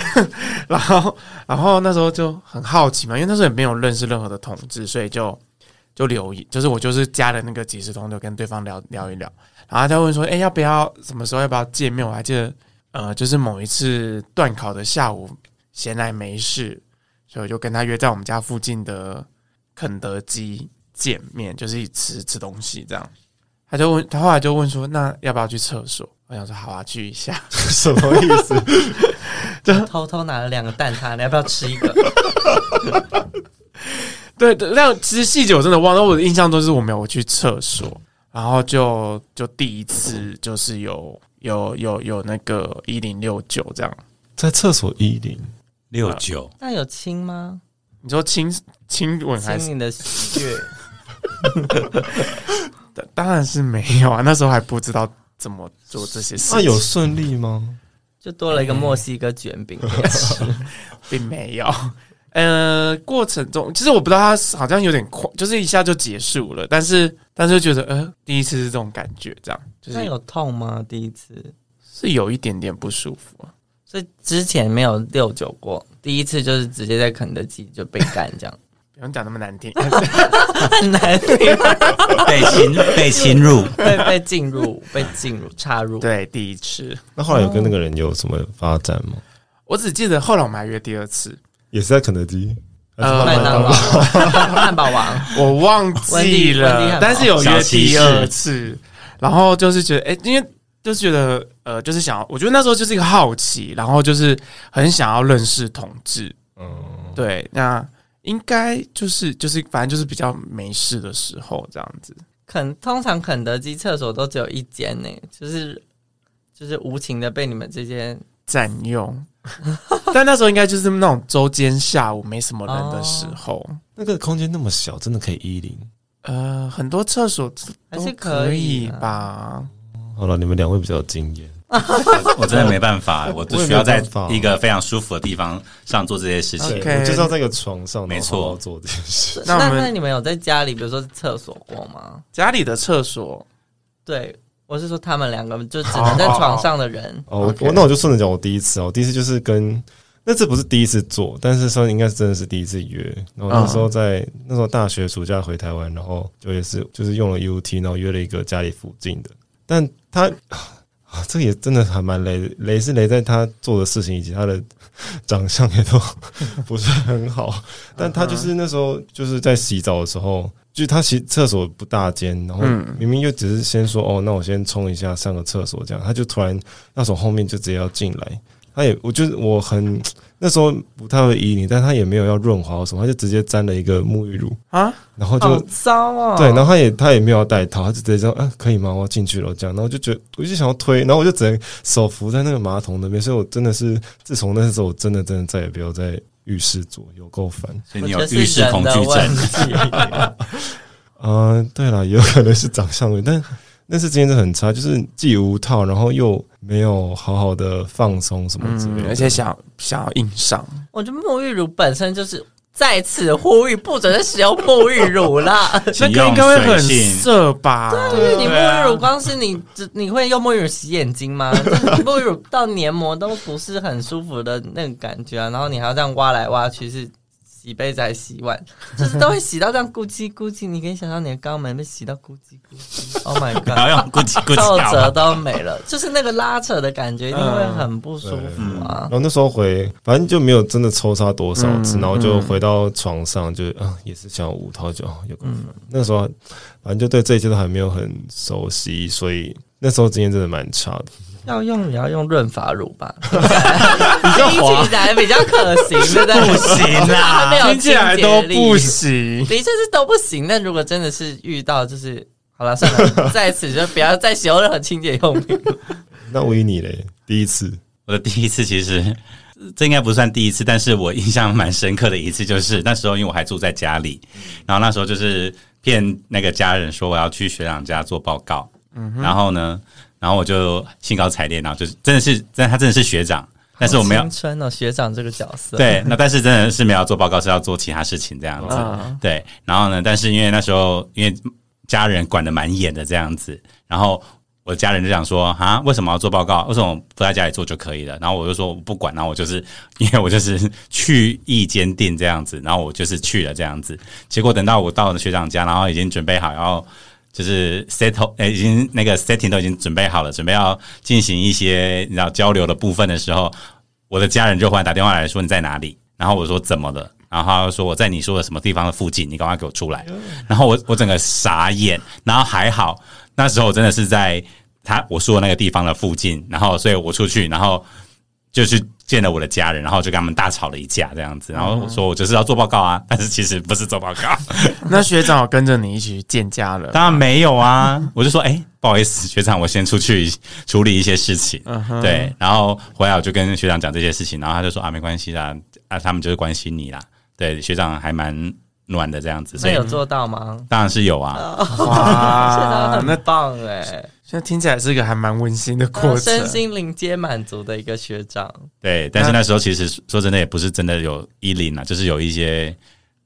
Speaker 10: 然后，然后那时候就很好奇嘛，因为那时候也没有认识任何的同志，所以就就留言，就是我就是加了那个即时通，就跟对方聊聊一聊，然后他问说，哎、要不要什么时候要不要见面？我还记得，呃，就是某一次断考的下午，闲来没事，所以我就跟他约在我们家附近的肯德基见面，就是一起吃吃东西这样。他就问，他后来就问说，那要不要去厕所？我想说，好啊，去一下。
Speaker 7: 什么意思？
Speaker 9: 偷偷拿了两个蛋挞，你要不要吃一个？
Speaker 10: 对，那其实细节我真的忘了，我的印象都是我没有去厕所。然后就就第一次就是有有有有那个一零六九这样，
Speaker 7: 在厕所一零
Speaker 11: 六九，
Speaker 9: 那有亲吗？
Speaker 10: 你说亲亲吻嗯还是
Speaker 9: 亲你的血？
Speaker 10: 当当然是没有啊，那时候还不知道怎么做这些事情。
Speaker 7: 那啊有顺利吗？
Speaker 9: 就多了一个墨西哥卷饼 可以吃。
Speaker 10: 并没有。呃，过程中其实我不知道他好像有点快，就是一下就结束了，但是但是就觉得呃，第一次是这种感觉，这样就
Speaker 9: 那有
Speaker 10: 是
Speaker 9: 痛吗？第一次，
Speaker 10: 是有一点点不舒服啊。
Speaker 9: 所以之前没有六九过，第一次就是直接在肯德基就被干这 样，
Speaker 10: 不用讲那么难 听，
Speaker 9: 很难听，
Speaker 11: 被 侵被侵入，
Speaker 9: 被被进入，被进入，插入。
Speaker 10: 对，第一次
Speaker 7: 那后来有跟那个人有什么发展吗？
Speaker 10: 我只记得后来我们还约第二次，
Speaker 7: 也是在肯德基，还是
Speaker 10: 呃
Speaker 9: 麦当
Speaker 7: 麦当
Speaker 9: 劳
Speaker 7: 劳，
Speaker 9: 汉堡王，
Speaker 10: 我忘 记
Speaker 9: 温蒂温蒂汉堡
Speaker 10: 了，但是有约第二次，然后就是觉得，哎、因为就是觉得，呃，就是想要，我觉得那时候就是一个好奇，然后就是很想要认识同志，
Speaker 7: 嗯，
Speaker 10: 对，那应该就是就是反正就是比较没事的时候这样子，
Speaker 9: 肯通常肯德基厕所都只有一间呢，就是就是无情的被你们这些
Speaker 10: 占 用。但那时候应该就是那种周间下午没什么人
Speaker 9: 哦
Speaker 10: 的时候，
Speaker 7: 那个空间那么小，真的可以一零？
Speaker 10: 呃，很多厕所
Speaker 9: 还
Speaker 10: 都
Speaker 9: 是可
Speaker 10: 可
Speaker 9: 以
Speaker 10: 以
Speaker 9: 啊
Speaker 10: 吧。
Speaker 7: 好了，你们两位比较有经验，
Speaker 11: 我真的没办法，我只需要在
Speaker 7: 我也没办法
Speaker 11: 一个非常舒服的地方上做这些事情。
Speaker 10: OK
Speaker 7: 我就是要在一个床上，
Speaker 11: 没
Speaker 7: 然
Speaker 11: 错
Speaker 7: 后好好做这件事。
Speaker 10: 那我
Speaker 9: 那
Speaker 10: 们
Speaker 9: 那你们有在家里，比如说厕所过吗？
Speaker 10: 家里的厕所，
Speaker 9: 对，我是说他们两个就只能在床上的人，
Speaker 7: 哦，我
Speaker 10: OK
Speaker 7: 我那我就顺着讲，我第一次啊，我第一次就是跟那这不是第一次做，但是算应该是真的是第一次约。然后那时候在、
Speaker 11: 嗯
Speaker 7: 那时候大学暑假回台湾，然后就也是就是用了 UT，然后约了一个家里附近的，但他。 啊，这个也真的还蛮雷的，雷是雷在他做的事情以及他的长相也都 不是很好，但他就是那时候就是在洗澡的时候，就是他洗厕所不大间，然后
Speaker 10: 嗯
Speaker 7: 明明就只是先说哦，那我先冲一下上个厕所这样，他就突然要从后面就直接要进来，他也我就是我很那时候不太会依你，但他也没有要润滑或什么，他就直接沾了一个沐浴乳
Speaker 10: 啊，
Speaker 7: 然后就、
Speaker 9: 好糟哦。
Speaker 7: 对，然后他也他也没有要带套，他就直接这样啊，可以吗？我要进去了这样，然后我就觉得我就想要推，然后我就只能手扶在那个马桶那边，所以我真的是自从那时候，我真的真的再也不要在浴室做，有够烦。
Speaker 11: 所以
Speaker 9: 我
Speaker 11: 你
Speaker 9: 觉
Speaker 11: 有
Speaker 9: 得是
Speaker 11: 浴室恐惧 症，
Speaker 9: 人的问题
Speaker 7: 嗯、对了，也有可能是长相 问题，但那次经验真的很差，就是既无套，然后又没有好好的放松什么之类
Speaker 10: 嗯，
Speaker 7: 的，
Speaker 10: 而且想想要硬上，
Speaker 9: 我觉得沐浴乳本身就是在此呼吁，不准再使用沐浴乳 啦。
Speaker 10: 这
Speaker 11: 请
Speaker 10: 个应
Speaker 11: 用
Speaker 10: 该会很
Speaker 11: 水性。
Speaker 10: 色吧？
Speaker 9: 因为你
Speaker 11: 啊
Speaker 9: 沐浴乳光是你，只你会用沐浴乳洗眼睛吗？ 就是沐浴乳到黏膜都不是很舒服的那个感觉啊，然后你还要这样挖来挖去，是洗杯子还是洗碗，就是都会洗到这样咕叽咕叽。你可以想象你的肛门被洗到咕叽咕叽，Oh my
Speaker 11: 然后
Speaker 9: god，
Speaker 11: 用 Gucci
Speaker 9: 皱
Speaker 11: Gucci
Speaker 10: 啊
Speaker 9: 褶
Speaker 11: 好吧
Speaker 9: 都没了， 就是那个拉扯的感觉一定会很不舒服啊
Speaker 7: 然。后那时候回，反正就没有真的抽插多少
Speaker 11: 嗯
Speaker 7: 次，然后就回到床上就，啊，也是想五套就啊有
Speaker 11: 嗯
Speaker 7: 个、那时候反正就对这一切都还没有很熟悉，所以那时候经验真的蛮差的。
Speaker 9: 要用也要用润发乳吧， 听起来比较可行，对不对？
Speaker 11: 不行
Speaker 9: 它没
Speaker 11: 啊！
Speaker 9: 有
Speaker 10: 听起来都
Speaker 9: 清洁力
Speaker 10: 不行。
Speaker 9: 的确是都不行。但如果真的是遇到，就是好了，算了，在此就不要再使用任何清洁用品。
Speaker 7: 那维你嘞，第一次
Speaker 11: 我的第一次其实呃这应该不算第一次，但是我印象蛮深刻的一次就是那时候，因为我还住在家里，然后那时候就是骗那个家人说我要去学长家做报告，然后呢，然后我就兴高采烈，然后就是真的是，真的他真的是学长，但是我没有
Speaker 9: 青春哦，学长这个角色，，
Speaker 11: 对，那但是真的是没有要做报告，是要做其他事情这样子。
Speaker 9: 啊
Speaker 10: 嗯
Speaker 11: 对，然后呢，但是因为那时候因为家人管的蛮严的这样子，然后我家人就想说啊，为什么要做报告？为什么不在家里做就可以了？然后我就说我不管，然后啊我就是因为我就是去意坚定这样子，然后我就是去了这样子。结果等到我到了学长家，然后已经准备好要。就是 settle，、呃已经那个 setting 都已经准备好了，准备要进行一些你知道交流的部分的时候，我的家人就忽然打电话来说你在哪里，然后我说怎么了，然后他就说我在你说的什么地方的附近，你赶快给我出来。然后我我整个傻眼，然后还好那时候我真的是在他我说的那个地方的附近，然后所以我出去，然后就去见了我的家人，然后就跟他们大吵了一架这样子。然后我说我就是要做报告啊，但是其实不是做报告。
Speaker 10: 那学长有跟着你一起去见家 人？
Speaker 11: 当然没有啊， 我就说哎、不好意思， 学长，我先出去处理一些事情。
Speaker 9: 嗯
Speaker 10: 哼
Speaker 11: 对，然后回来我就跟学长讲这些事情，然后他就说啊，没关系啦，啊，他们就是关心你啦。对，学长还蛮暖的这样子，所
Speaker 9: 那
Speaker 11: 以
Speaker 9: 有做到吗？
Speaker 11: 当然是有啊。
Speaker 9: 哇，真的
Speaker 10: 那
Speaker 9: 很棒哎、
Speaker 10: 现在听起来是一个还蛮温馨的过程
Speaker 9: 身。心灵皆满足的一个学长，
Speaker 11: 对，但是那时候其实说真的也不是真的有一零啊，就是有一些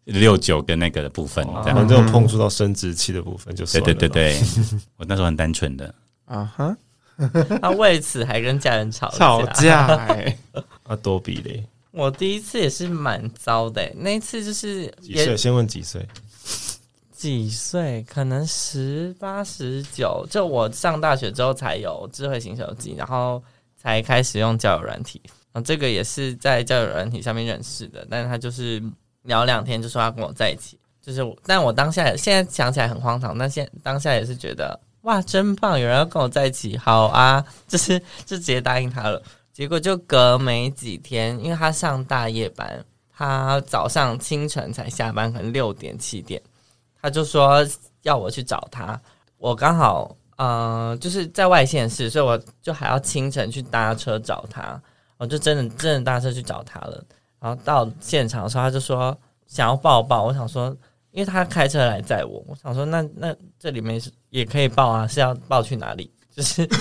Speaker 11: 六九跟那个的部分
Speaker 9: 哦
Speaker 11: 这样。
Speaker 7: 反正有碰触到生殖器的部分哦
Speaker 11: 对
Speaker 7: 就算
Speaker 11: 对
Speaker 7: 了啦
Speaker 11: 啊对对，我那时候很单纯的。
Speaker 10: 啊哈，
Speaker 9: 他为此还跟家人吵
Speaker 10: 吵架哎、
Speaker 7: 啊，多比嘞，
Speaker 9: 我第一次也是蛮糟的欸、那一次就是
Speaker 7: 几
Speaker 9: 也
Speaker 7: 岁？先问几岁？
Speaker 9: 几岁，可能十八、十九，就我上大学之后才有智慧型手机，然后才开始用交友软体。啊，这个也是在交友软体上面认识的，但是他就是聊两天就说要跟我在一起，就是我，但我当下也现在想起来很荒唐，但现当下也是觉得哇，真棒，有人要跟我在一起，好啊， 就是就直接答应他了。结果就隔没几天，因为他上大夜班，他早上清晨才下班，可能六点七点。他就说要我去找他，我刚好呃就是在外县市，所以我就还要清晨去搭车找他，我就真的真的搭车去找他了。然后到现场的时候，他就说想要抱抱，我想说，因为他开车来载我，我想说那那这里面是也可以抱啊，是要抱去哪里？就是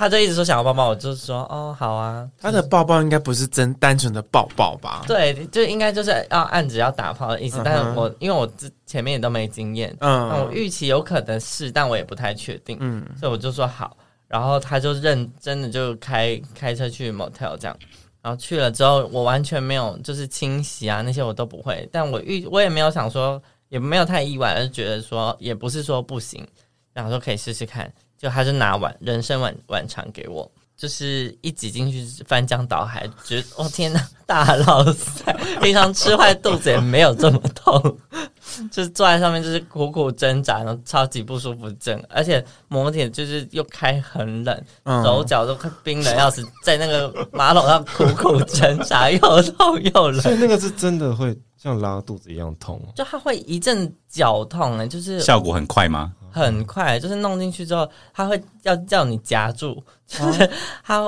Speaker 9: 他就一直说想要抱抱，我就说哦好啊，
Speaker 10: 他的抱抱应该不是真单纯的抱抱吧？
Speaker 9: 对，就应该就是要按只要打炮的意思，但是我因为我之前面也都没经验，
Speaker 10: 嗯
Speaker 9: 那我预期有可能是，但我也不太确定，
Speaker 10: 嗯
Speaker 9: 所以我就说好，然后他就认真的就开开车去 motel 这样，然后去了之后，我完全没有就是清洗啊那些我都不会，但我预我也没有想说，也没有太意外，而是觉得说也不是说不行，然后说可以试试看，就他就拿碗人参碗碗肠给我。就是一挤进去翻江倒海，觉得哦天哪，大老塞！平常吃坏肚子也没有这么痛，就是坐在上面就是苦苦挣扎，然后超级不舒服症，而且摩铁就是又开很冷，
Speaker 10: 嗯
Speaker 9: 手脚都快冰冷要死，在那个马桶上苦苦挣扎，又痛又
Speaker 7: 所以
Speaker 9: 冷，
Speaker 7: 那个是真的会像拉肚子一样痛哦。
Speaker 9: 就它会一阵绞痛呢、就是
Speaker 11: 效果很快吗？
Speaker 9: 很快，就是弄进去之后，它会要叫你夹住，就是 它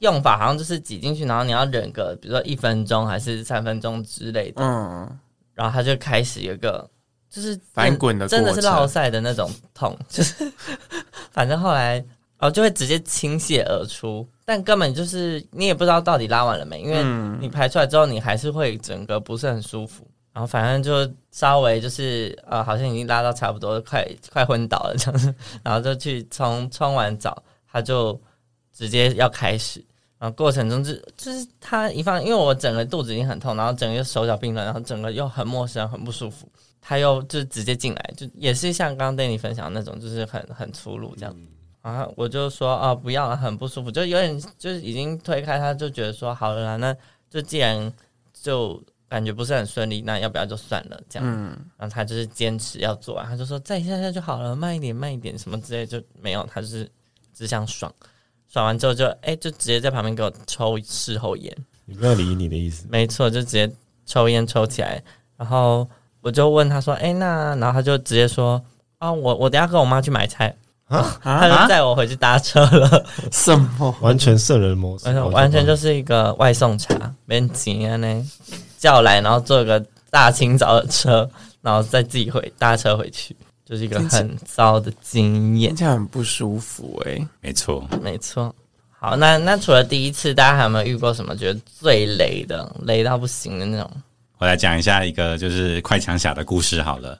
Speaker 9: 用法好像就是挤进去，然后你要忍个比如说一分钟还是三分钟之类的，
Speaker 10: 嗯，
Speaker 9: 然后它就开始有一个就是
Speaker 10: 翻滚的过
Speaker 9: 真
Speaker 10: 程
Speaker 9: 的是落塞的那种痛， 就是反正后来哦就会直接倾泻而出，但根本就是你也不知道到底拉完了没，因为
Speaker 10: 嗯
Speaker 9: 你排出来之后你还是会整个不是很舒服，然后反正就稍微就是呃好像已经拉到差不多快快昏倒了这样子， 然后就去冲冲完澡，他就直接要开始。然后过程中就就是他一放，因为我整个肚子已经很痛，然后整个手脚冰冷，然后整个又很陌生、很不舒服，他又就直接进来，就也是像刚刚对你分享的那种，就是很很粗鲁这样。然后我就说啊、不要了，很不舒服，就有点就是已经推开他，就觉得说好了啦，那就既然就感觉不是很顺利，那要不要就算了这样。
Speaker 10: 嗯，
Speaker 9: 然后他就是坚持要做完，他就说再一下下就好了，慢一点，慢一点，什么之类就没有，他就是只想爽，爽完之后就哎、就直接在旁边给我抽事后烟，
Speaker 7: 你不要理你的意思，
Speaker 9: 没错，就直接抽烟抽起来，然后我就问他说，哎、那，然后他就直接说，啊，我我等一下跟我妈去买菜，
Speaker 11: 啊
Speaker 9: 他就载我回去搭车了，
Speaker 10: 啊 什 么？
Speaker 7: 完全圣人模式
Speaker 9: 完，全哎完全就是一个外送茶，没钱啊呢，叫来然后坐个大清早的车，然后再自己回搭车回去，就是一个很糟的经验
Speaker 10: 听。起来很不舒服哎、
Speaker 11: 没错，
Speaker 9: 没错。好，那那除了第一次，大家还有没有遇过什么觉得最雷的、雷到不行的那种？
Speaker 11: 我来讲一下一个就是快枪侠的故事好了。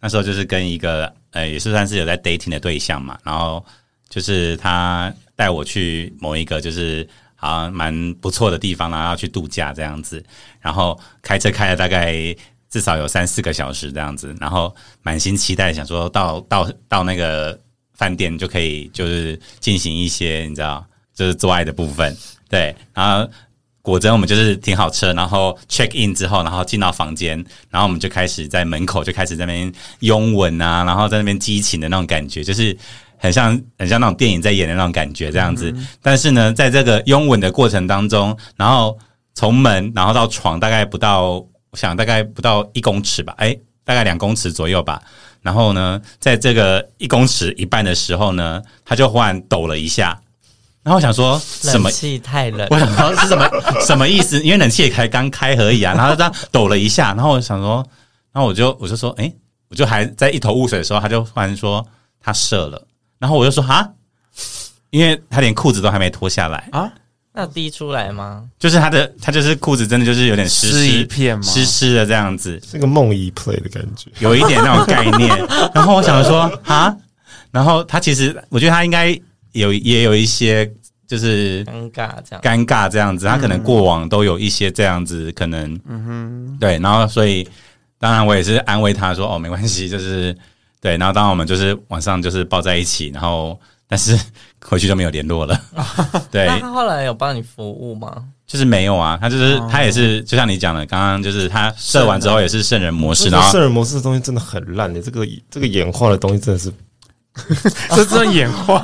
Speaker 11: 那时候就是跟一个呃，也是算是有在 dating 的对象嘛，然后就是他带我去某一个就是好像蛮不错的地方，然后要去度假这样子，然后开车开了大概至少有三四个小时这样子，然后满心期待想说到到到那个饭店就可以就是进行一些你知道就是做爱的部分，对，然后果真我们就是停好车，然后 check in 之后，然后进到房间，然后我们就开始在门口就开始在那边拥吻啊，然后在那边激情的那种感觉，就是很像很像那种电影在演的那种感觉这样子。但是呢，在这个拥吻的过程当中，然后从门然后到床，大概不到我想大概不到一公尺吧，哎、大概两公尺左右吧。然后呢，在这个一公尺一半的时候呢，他就忽然抖了一下。然后我想说什么
Speaker 9: 冷气太 冷，
Speaker 11: 我想说是什么什么意思？因为冷气也才刚开而 已啊，然后他抖了一下，然后我想说，然后我就我就说，诶，我就还在一头雾水的时候，他就忽然说他射了，然后我就说哈，因为他连裤子都还没脱下来，
Speaker 9: 那滴出来吗？
Speaker 11: 就是他的他就是裤子真的就是有点湿
Speaker 10: 湿
Speaker 11: 湿
Speaker 10: 一片吗
Speaker 11: 湿湿的这样子，
Speaker 7: 这个梦遗 play 的感觉，
Speaker 11: 有一点那种概 念。然后我想说啊，然后他其实我觉得他应该有也有一些就是
Speaker 9: 尴尬这样，
Speaker 11: 尴尬这样子，他可能过往都有一些这样子，可能
Speaker 10: 嗯哼，
Speaker 11: 对，然后所以当然我也是安慰他说哦没关系，就是对，然后当然我们就是晚上就是抱在一起，然后但是回去就没有联络了，对，
Speaker 9: 那他后来有帮你服务吗？
Speaker 11: 就是没有啊，他就是、他也是就像你讲的，刚刚就是他射完之后也是圣人模式，然
Speaker 7: 圣
Speaker 11: 后
Speaker 7: 人模式的东西真的很烂的，这个这个演化的东西真的是
Speaker 10: 这真的演化，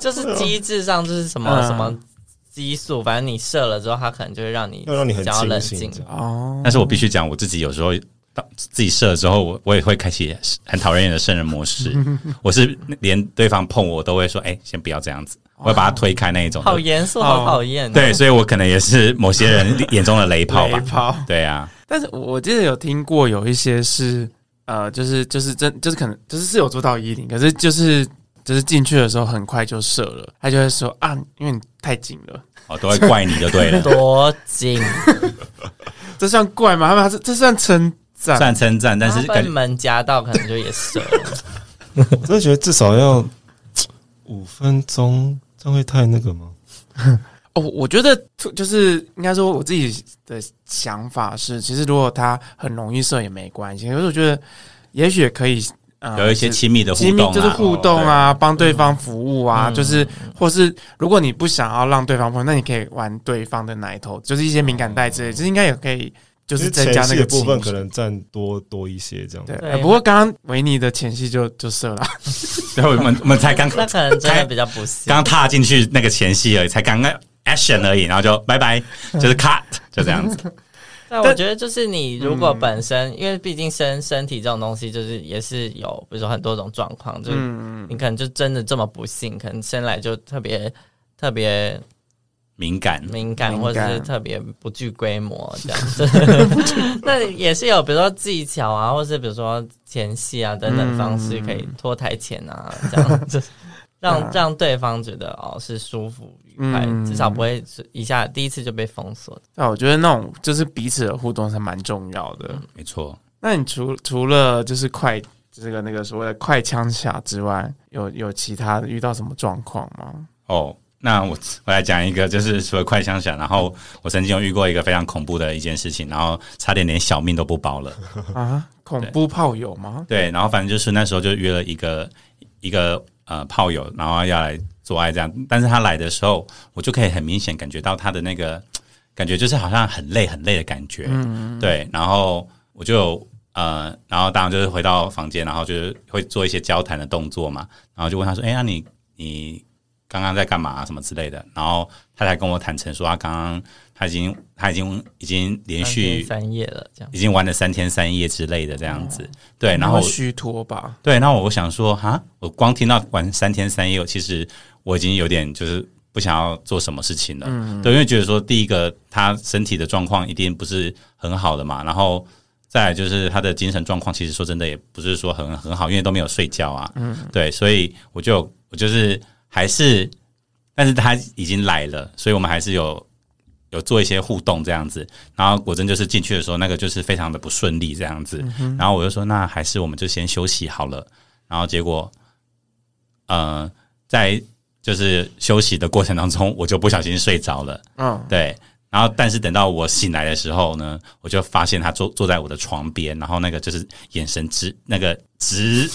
Speaker 9: 就是机制上就是什么
Speaker 10: 嗯
Speaker 9: 什么激素，反正你射了之后，他可能就会让你
Speaker 7: 要让你很
Speaker 9: 比较冷
Speaker 7: 清醒
Speaker 9: 静
Speaker 7: 这。样。
Speaker 10: 哦，
Speaker 11: 但是我必须讲我自己有时候。当自己射了之后，我我也会开启很讨厌的圣人模式。我是连对方碰我都会说：“哎、先不要这样子。”我会把他推开那一种。
Speaker 9: 好严肃，好讨厌。，啊
Speaker 11: 对，所以我可能也是某些 人眼中的雷炮吧
Speaker 10: 雷。炮。
Speaker 11: 对啊，
Speaker 10: 但是我记得有听过有一些是呃，就是就是真就是可能就是是有做到衣领，可是就是就是进去的时候很快就射了，他就会说啊，因为你太紧了，
Speaker 11: 我哦都会怪你就对了，
Speaker 9: 多紧，
Speaker 10: 这算怪吗？他们还是这算称赞？
Speaker 11: 算称赞，但是
Speaker 9: 他
Speaker 11: 感
Speaker 9: 被
Speaker 11: 觉
Speaker 9: 门夹到，可能就也射了。
Speaker 7: 我真的觉得至少要五分钟，这样会太那个吗？
Speaker 10: 哦，我觉得就是应该说我自己的想法是，其实如果他很容易射也没关系，可是我觉得也许也可以。呃
Speaker 11: 有一些亲密的互
Speaker 10: 亲密
Speaker 11: 动、啊，
Speaker 10: 就是互动啊，帮对方服务啊，
Speaker 9: 嗯
Speaker 10: 就是或是如果你不想要让对方碰，那你可以玩对方的奶头，就是一些敏感带之类，就是应该也可以，就是增加那
Speaker 7: 前戏
Speaker 10: 个
Speaker 7: 的部分
Speaker 10: 情绪
Speaker 7: 可能占多多一些这样。
Speaker 10: 对。
Speaker 9: 对
Speaker 10: 呃不过刚刚维尼的前戏就就射了，
Speaker 11: 对，我们我们才刚
Speaker 9: 那可能真的比较不行。
Speaker 11: 刚踏进去那个前戏而已，才刚刚 action 而已，然后就拜拜，就是 cut，就这 样子。
Speaker 9: 但我觉得就是你如果本身，因为毕竟身身体这种东西，就是也是有，比如说很多种状况，就是
Speaker 10: 嗯，
Speaker 9: 你可能就真的这么不幸，可能生来就特别特别
Speaker 11: 敏感，
Speaker 9: 敏感，
Speaker 10: 敏感
Speaker 9: 或者是特别不具规模这样 子。 那也是有，比如说技巧啊，或是比如说前戏啊等等方式，
Speaker 10: 嗯
Speaker 9: 可以脱台前啊，这样 子。让、
Speaker 10: 对啊
Speaker 9: 让对方觉得哦是舒服愉快，
Speaker 10: 嗯
Speaker 9: 至少不会是一下第一次就被封锁
Speaker 10: 对，我觉得那种就是彼此的互动是蛮重要的。
Speaker 11: 没错。
Speaker 10: 那你除除了就是快这个那个所谓的快枪侠之外，有有其他遇到什么状况吗？
Speaker 11: 哦，那我我来讲一个，就是除了快枪侠，然后我曾经有遇过一个非常恐怖的一件事情，然后差点连小命都不保了。
Speaker 10: 啊，恐怖炮友吗？
Speaker 11: 对，然后反正就是那时候就约了一个一个呃炮友，然后要来做爱这样。但是他来的时候，我就可以很明显感觉到他的那个感觉，就是好像很累很累的感觉。
Speaker 9: 嗯
Speaker 11: 对，然后我就有呃，然后当然就是回到房间，然后就是会做一些交谈的动作嘛，然后就问他说：“哎、那你你刚刚在干嘛、什么之类的？”然后他才跟我坦诚说，他刚刚他已经他已经已经连
Speaker 9: 三
Speaker 11: 续
Speaker 9: 天三夜了，这样
Speaker 11: 已经玩了三天三夜之类的这样子。对，
Speaker 9: 嗯
Speaker 11: 然后
Speaker 10: 会虚脱吧，
Speaker 11: 对，那我想说，哈，我光听到玩三天三夜，其实我已经有点就是不想要做什么事情了。对，因为觉得说，第一个他身体的状况一定不是很好的嘛，然后再来就是他的精神状况，其实说真的也不是说很很好，因为都没有睡觉啊。对，所以我就我就是还是，但是他已经来了，所以我们还是有。有做一些互动这样子，然后果真就是进去的时候，那个就是非常的不顺利这样子。然后我就说，那还是我们就先休息好了。然后结果，呃，在就是休息的过程当中，我就不小心睡着了。
Speaker 10: 嗯，
Speaker 11: 对，然后但是等到我醒来的时候呢，我就发现他坐坐在我的床边，然后那个就是眼神直，那个直，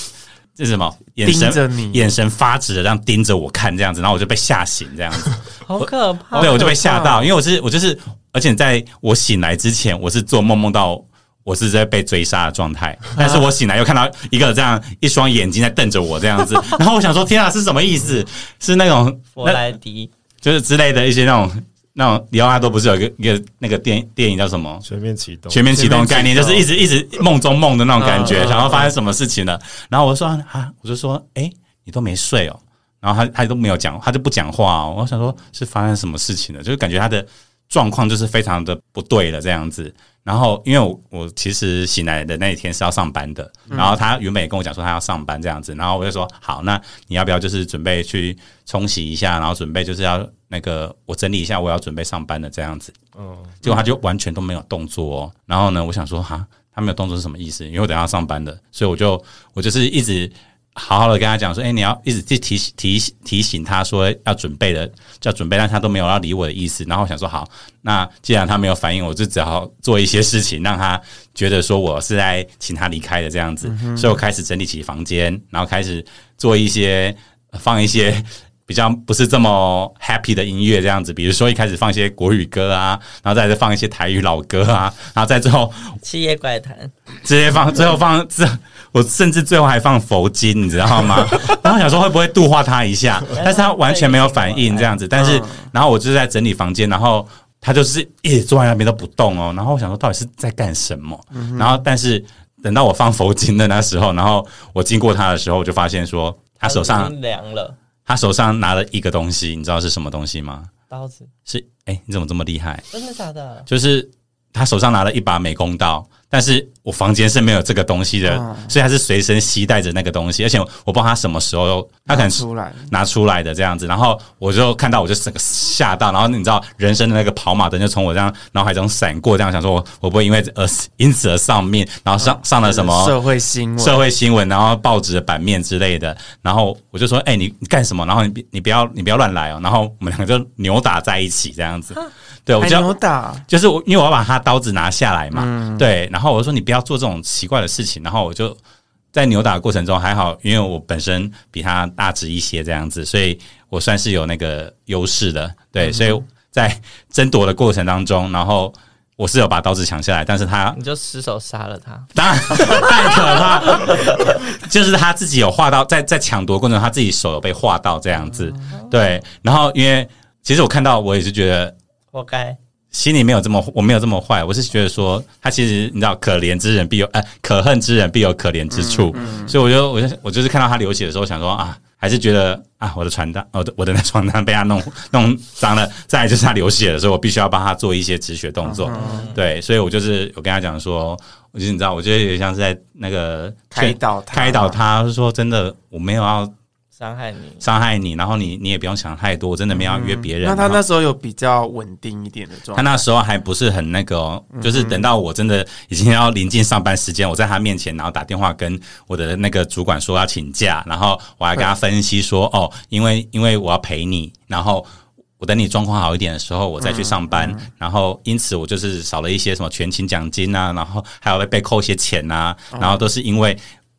Speaker 11: 这是什么？眼
Speaker 10: 盯着
Speaker 11: 神
Speaker 10: 你，
Speaker 11: 眼神发直的，这样盯着我看这样子，然后我就被吓醒这样子。
Speaker 9: 好可怕。
Speaker 11: 对，我就被吓到，因为我是我就是，而且在我醒来之前，我是做梦梦到我是在被追杀的状 态，但是我醒来又看到一个这样一双眼睛在瞪着我这样子， 然后我想说天啊是什么意思？是那种
Speaker 9: 佛莱迪
Speaker 11: 就是之类的一些那种那种里奥纳多不是有一个一个那个电电影叫什么？
Speaker 7: 全面启动，
Speaker 11: 全面启动概念就是一直一直梦中梦的那种感觉，然后发生什么事情了？然后我就说啊，我就说哎、你都没睡哦，然后他他都没有讲，他就不讲话、哦。我想说是发生什么事情了，就是感觉他的状况就是非常的不对了这样子。然后因为我我其实醒来的那一天是要上班的，然后他原本也跟我讲说他要上班这样子，然后我就说好，那你要不要就是准备去冲洗一下，然后准备就是要那个我整理一下，我要准备上班的这样子。
Speaker 7: 嗯，
Speaker 11: 结果他就完全都没有动作、哦。然后呢，我想说哈，他没有动作是什么意思？因为我等一下要上班的，所以我就我就是一直好好的跟他讲说，哎、你要一直去提醒提醒提醒他说要准备的，要准备，但他都没有要理我的意思。然后我想说好，那既然他没有反应，我就只好做一些事情让他觉得说我是在请他离开的这样子。所以我开始整理起房间，然后开始做一些放一些比较不是这么 happy 的音乐这样子，比如说一开始放一些国语歌啊，然后再来放一些台语老歌啊，然后再最后
Speaker 9: 七夜怪谈，
Speaker 11: 直接放，最后放这，我甚至最后还放佛经，你知道吗？然后想说会不会度化他一下，但是他完全没有反应这样子。但是，然后我就是在整理房间，然后他就是一直坐在那边都不动哦。然后我想说到底是在干什么？然后，但是等到我放佛经的那时候，然后我经过他的时候，我就发现说他手
Speaker 9: 已
Speaker 11: 上
Speaker 9: 经凉了，
Speaker 11: 他手上拿了一个东西，你知道是什么东西吗？
Speaker 9: 刀子
Speaker 11: 是哎、你怎么这么厉害？
Speaker 9: 真的 假的？
Speaker 11: 就是他手上拿了一把美工刀，但是我房间是没有这个东西的，
Speaker 10: 啊
Speaker 11: 所以他是随身携带着那个东西，而且我不知道他什么时候他可能
Speaker 10: 拿出来
Speaker 11: 拿出来的这样子，然后我就看到我就整个吓到，然后你知道人生的那个跑马灯就从我这样脑海中闪过，这样想说我我不会因为而因此而丧命，然
Speaker 10: 啊
Speaker 11: 后上上了什么
Speaker 10: 社会新闻？
Speaker 11: 社会新闻，然后报纸的版面之类的。然后我就说：“哎、你你干什么？然后你别你不要你不要乱来哦。”然后我们两个就扭打在一起这样子。对，我
Speaker 10: 还
Speaker 11: 就
Speaker 10: 哎扭打，
Speaker 11: 就是我，因为我要把他刀子拿下来嘛，对。然后我就说你不要做这种奇怪的事情，然后我就在扭打的过程中还好，因为我本身比他大只一些这样子，所以我算是有那个优势的，对。所以在争夺的过程当中，然后我是有把刀子抢下来，但是他
Speaker 9: 你就失手杀了他，
Speaker 11: 当然太可怕，就是他自己有划到，在在抢夺过程中，他自己手有被划到这样子，对。然后因为其实我看到我也是觉得
Speaker 9: 活该。
Speaker 11: 心里没有这么，我没有这么坏，我是觉得说，他其实你知道，可怜之人必有，呃，可恨之人必有可怜之处，
Speaker 10: 嗯
Speaker 11: 所以我就，我就，我就是看到他流血的时候，想说啊，还是觉得啊，我的床单，我的我的那床单被他弄弄脏了，再来就是他流血了，所以我必须要帮他做一些止血动作，
Speaker 10: 嗯
Speaker 11: 对，所以我就是我跟他讲说，我就是你知道，我觉得有点像是在那个
Speaker 10: 开导他，
Speaker 11: 开导，他，说真的，我没有要
Speaker 9: 伤害你，
Speaker 11: 伤害你，然后你你也不用想太多，我真的没有要约别人，
Speaker 10: 那他
Speaker 11: 然后
Speaker 10: 那时候有比较稳定一点的状
Speaker 11: 他
Speaker 10: 态，嗯
Speaker 11: 那时候还不是很那个哦，就是等到我真的已经要临近上班时间，我在他面前，然后打电话跟我的那个主管说要请假，然后我还跟他分析说，
Speaker 10: 嗯
Speaker 11: 哦，因为因为我要陪你，然后。我等你状况好一点的时候，我再去上班。
Speaker 10: 嗯
Speaker 11: 然后，因此我就是少了一些什么全勤奖金啊，然后还有被扣一些钱啊，然后都是因为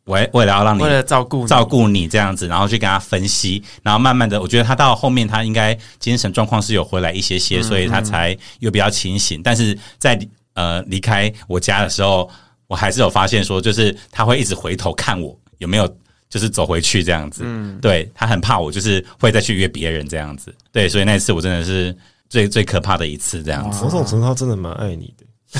Speaker 11: 我为了要让你
Speaker 10: 哦为了照顾你
Speaker 11: 照顾你这样子，然后去跟他分析，然后慢慢的，我觉得他到后面他应该精神状况是有回来一些些，所以他才又比较清醒。但是在离呃离开我家的时候，我还是有发现说，就是他会一直回头看我有没有。就是走回去这样子，对他很怕我，就是会再去约别人这样子，对，所以那一次我真的是最最可怕的一次这样子，
Speaker 7: 某种程度上真的蛮爱你的，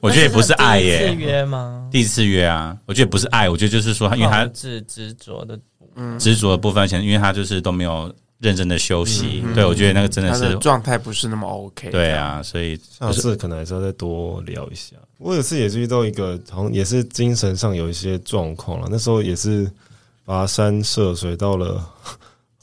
Speaker 11: 我觉得也不是爱耶、
Speaker 9: 是约吗？
Speaker 11: 第一次约啊，我觉得不是爱，我觉得就是说他，因为他
Speaker 9: 控制执着的，
Speaker 10: 嗯
Speaker 11: 执着的部分，前因为他就是都没有认真的休息，对我觉得那个真嗯的
Speaker 10: 他的
Speaker 11: 是
Speaker 10: 状态不是那么 OK。
Speaker 11: 对，啊，所以
Speaker 7: 下次可能还是要再多聊一下。我有一次也是遇到一个，好像也是精神上有一些状况了，那时候也是跋山涉水到了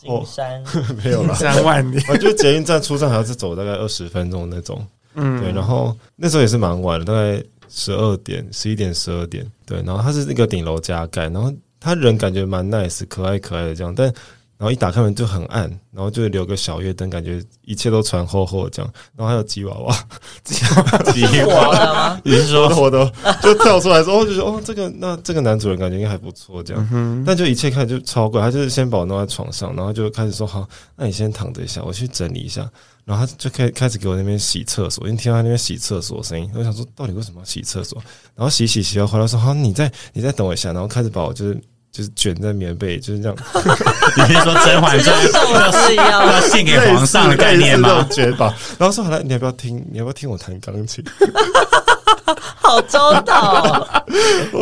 Speaker 7: 哦
Speaker 9: 金山
Speaker 7: 没有 啦，
Speaker 10: 三万里，
Speaker 7: 我觉得捷运站出站还要再走大概二十分钟那 种。
Speaker 10: 嗯
Speaker 7: 对，然后那时候也是蛮晚的，大概十二点、十一点、十二点。对，然后它是那个顶楼加盖，然后他人感觉蛮 nice、可爱可爱的这样，但然后一打开门就很暗，然后就留个小夜灯，感觉一切都传厚厚这样。然后还有吉娃娃，
Speaker 9: 吉娃娃，
Speaker 7: 你是说我的就跳出来说，哦，就说哦，这个那这个男主人感觉应该还不错这样。嗯、但就一切开始就超怪，他就是先把我弄在床上，然后就开始说好，那你先躺着一下，我去整理一下。然后他就开开始给我那边洗厕所，因为听到那边洗厕所的声音，我想说到底为什么要洗厕所？然后洗洗洗到回来说好，你再你再等我一下，然后开始把我就是。就是卷在棉被，就是 这样。
Speaker 11: 你是说《甄嬛传》
Speaker 9: 是要
Speaker 11: 要献给皇上的概 念吗？
Speaker 7: 卷吧。然后说好了，你要不要听？你要不要听我弹钢 琴？
Speaker 9: 好周 到。哦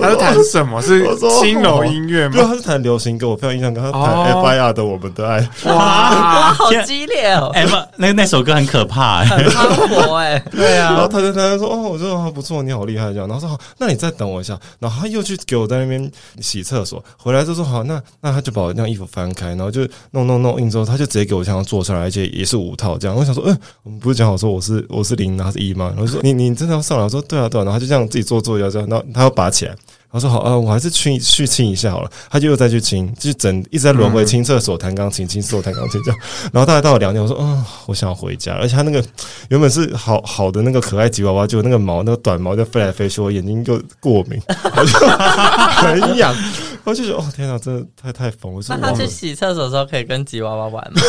Speaker 10: 他是弹什么？是轻柔音乐吗？
Speaker 7: 对，他是弹流行歌。我非常印象，他弹 FIR 的《我们的爱》。
Speaker 9: 哇哇，好激烈哦
Speaker 11: ！F 哎那那首歌很可 怕，
Speaker 9: 很磅礴哎。
Speaker 11: 对
Speaker 7: 啊，然后他就他就说：“哦，我说啊不错，你好厉害这样。”然后说：“好，那你再等我一下。”然后他又去给我在那边洗厕所，回来就说：“好，那那他就把我那衣服翻开，然后就弄弄弄印之后，他就直接给我这样做出来，而且也是五套这样。”我想说：“嗯，我们不是讲好说我是我是零，然后是一吗？”然后说：“你你真的要上来？”我说：“对啊，对啊。”然后就这样自己做做要这样，然后他要拔起来。我说好啊，我还是去去清一下好了。他就又再去清，就整一直在轮回清厕所、弹钢琴、清厕所、弹钢琴这样。然后大概到了两点，我说嗯，我想要回家。而且他那个原本是好好的那个可爱吉娃娃，就那个毛那个短毛就飞来飞去，我眼睛就过敏，我就很痒。我就觉得哦天哪，真的太太疯了！
Speaker 9: 那他去洗厕所的时候可以跟吉娃娃 玩吗？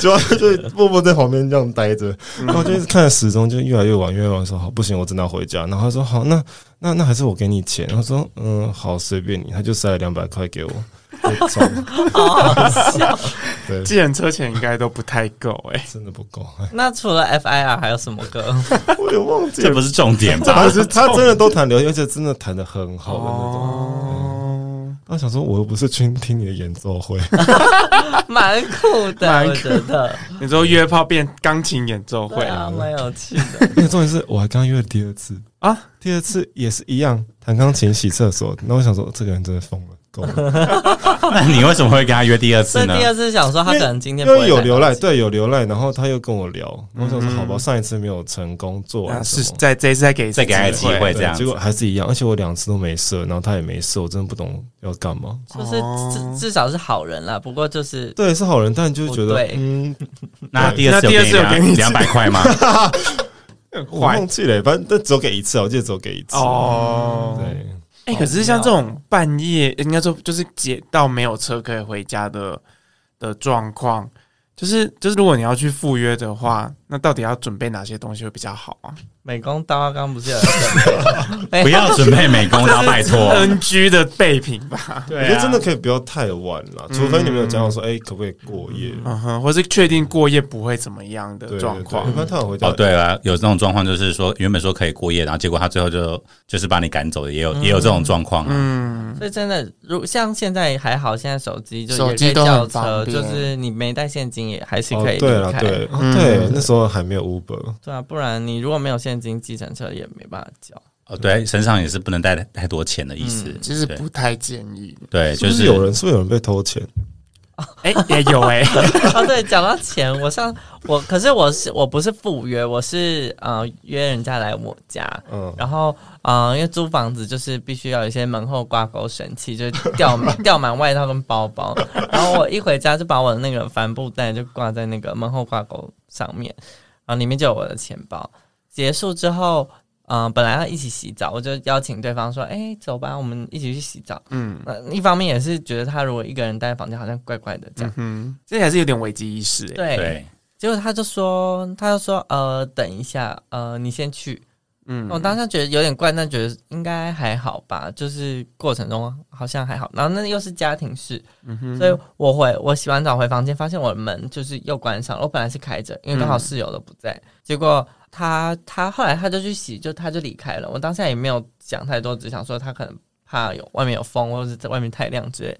Speaker 7: 吉娃娃就默默在旁边这样待着，然后就一直看时钟，就越来越晚，越来越晚。说好不行，我真的要回家。然后他说好，那那那还是我给你钱。然后说嗯好，随便你。他就塞了两百块给我。
Speaker 9: 好笑，
Speaker 7: 对，
Speaker 10: 计程车钱应该都不太够哎、欸，
Speaker 7: 真的不够、
Speaker 9: 欸。那除了 FIR 还有什么歌？
Speaker 7: 我也忘记，
Speaker 11: 这不是重点 吧？
Speaker 7: 他是他真的都弹流行，而且真的弹的很好的那种。哦，我想说，我又不是去听你的演奏会，
Speaker 9: 蛮酷的，蛮酷的。
Speaker 10: 你说约炮变钢琴演奏会
Speaker 9: 啊，蛮有趣的。
Speaker 7: 而且重点是我还刚约了第二次啊，第二次也是一样，弹钢琴、洗厕所。那我想说，这个人真的疯了。
Speaker 11: 那你为什么会跟他约第二次呢？
Speaker 9: 第二次想说他可能今天
Speaker 7: 因为有流赖，对，有流赖，然后他又跟我聊，我想说好吧，上一次没有成功做完，
Speaker 10: 啊是在这一次再给
Speaker 11: 再给他机会，这样
Speaker 7: 结果还是一样，而且我两次都没射，然后他也没射，我真的不懂要干嘛。
Speaker 9: 就是至至少是好人啦，不过就是
Speaker 7: 对是好人，但就是觉得嗯，
Speaker 11: 那第二次第二次有给你两百块 吗？
Speaker 7: 我忘记了，反正但只有给一次，我记得只有给一次
Speaker 10: 哦，
Speaker 7: 对。
Speaker 10: 哎、欸，可是像这种半夜，应该说就是解到没有车可以回家的的状况，就是就是如果你要去赴约的话，那到底要准备哪些东西会比较好啊？
Speaker 9: 美工刀刚不是 有
Speaker 11: 不要准备美工刀，拜
Speaker 10: 哦
Speaker 11: 托
Speaker 10: ，NG 的备品吧。
Speaker 7: 对、啊，我觉得真的可以不要太晚了，除非你们有讲好说，哎、欸，可不可以过夜？
Speaker 10: 嗯哼，或是确定过夜不会怎么样的状况。
Speaker 7: 一般太晚回家
Speaker 11: 哦，对了，有这种状况就是说，原本说可以过夜，然后结果他最后就就是把你赶走的，也有、嗯、也有这种状况、啊。
Speaker 9: 嗯，所以真的，如像现在还好，现在手机就
Speaker 10: 手
Speaker 9: 机
Speaker 10: 叫
Speaker 9: 车，就是你没带现金也还是可以、哦。
Speaker 7: 对了，对、嗯、对，那时候还没有 Uber。
Speaker 9: 对啊，不然你如果没有现现金计程车也没办法交
Speaker 11: 哦，对，身上也是不能带太多钱的意思，
Speaker 10: 嗯、其实不太建议。
Speaker 11: 对，就是
Speaker 7: 有人是有人被偷钱，
Speaker 10: 哎、欸，也有 哎、欸。
Speaker 9: 哦，对，讲到钱，我上我可是我是我不是赴约，我是呃约人家来我家，嗯，然后呃因为租房子就是必须要有一些门后挂钩神器，就是吊吊满外套跟包包，然后我一回家就把我的那个帆布袋就挂在那个门后挂钩上面，然后里面就有我的钱包。结束之后，嗯、呃，本来要一起洗澡，我就邀请对方说：“哎、欸，走吧，我们一起去洗澡。”嗯，呃，一方面也是觉得他如果一个人待在房间，好像怪怪的这样，
Speaker 10: 嗯，这还是有点危机意识、欸。
Speaker 9: 对，
Speaker 11: 哎
Speaker 9: 對结果他就说，他就说：“呃，等一下，呃，你先去。”嗯，
Speaker 10: 哦
Speaker 9: 我当时觉得有点怪，但觉得应该还好吧，就是过程中好像还好。然后那又是家庭式，嗯、所以我回我洗完澡回房间，发现我的门就是又关上了。我本来是开着，因为刚好室友都不在。嗯、结果他他后来他就去洗，就他就离开了。我当下也没有讲太多，只想说他可能怕有外面有风，或者是在外面太亮之类。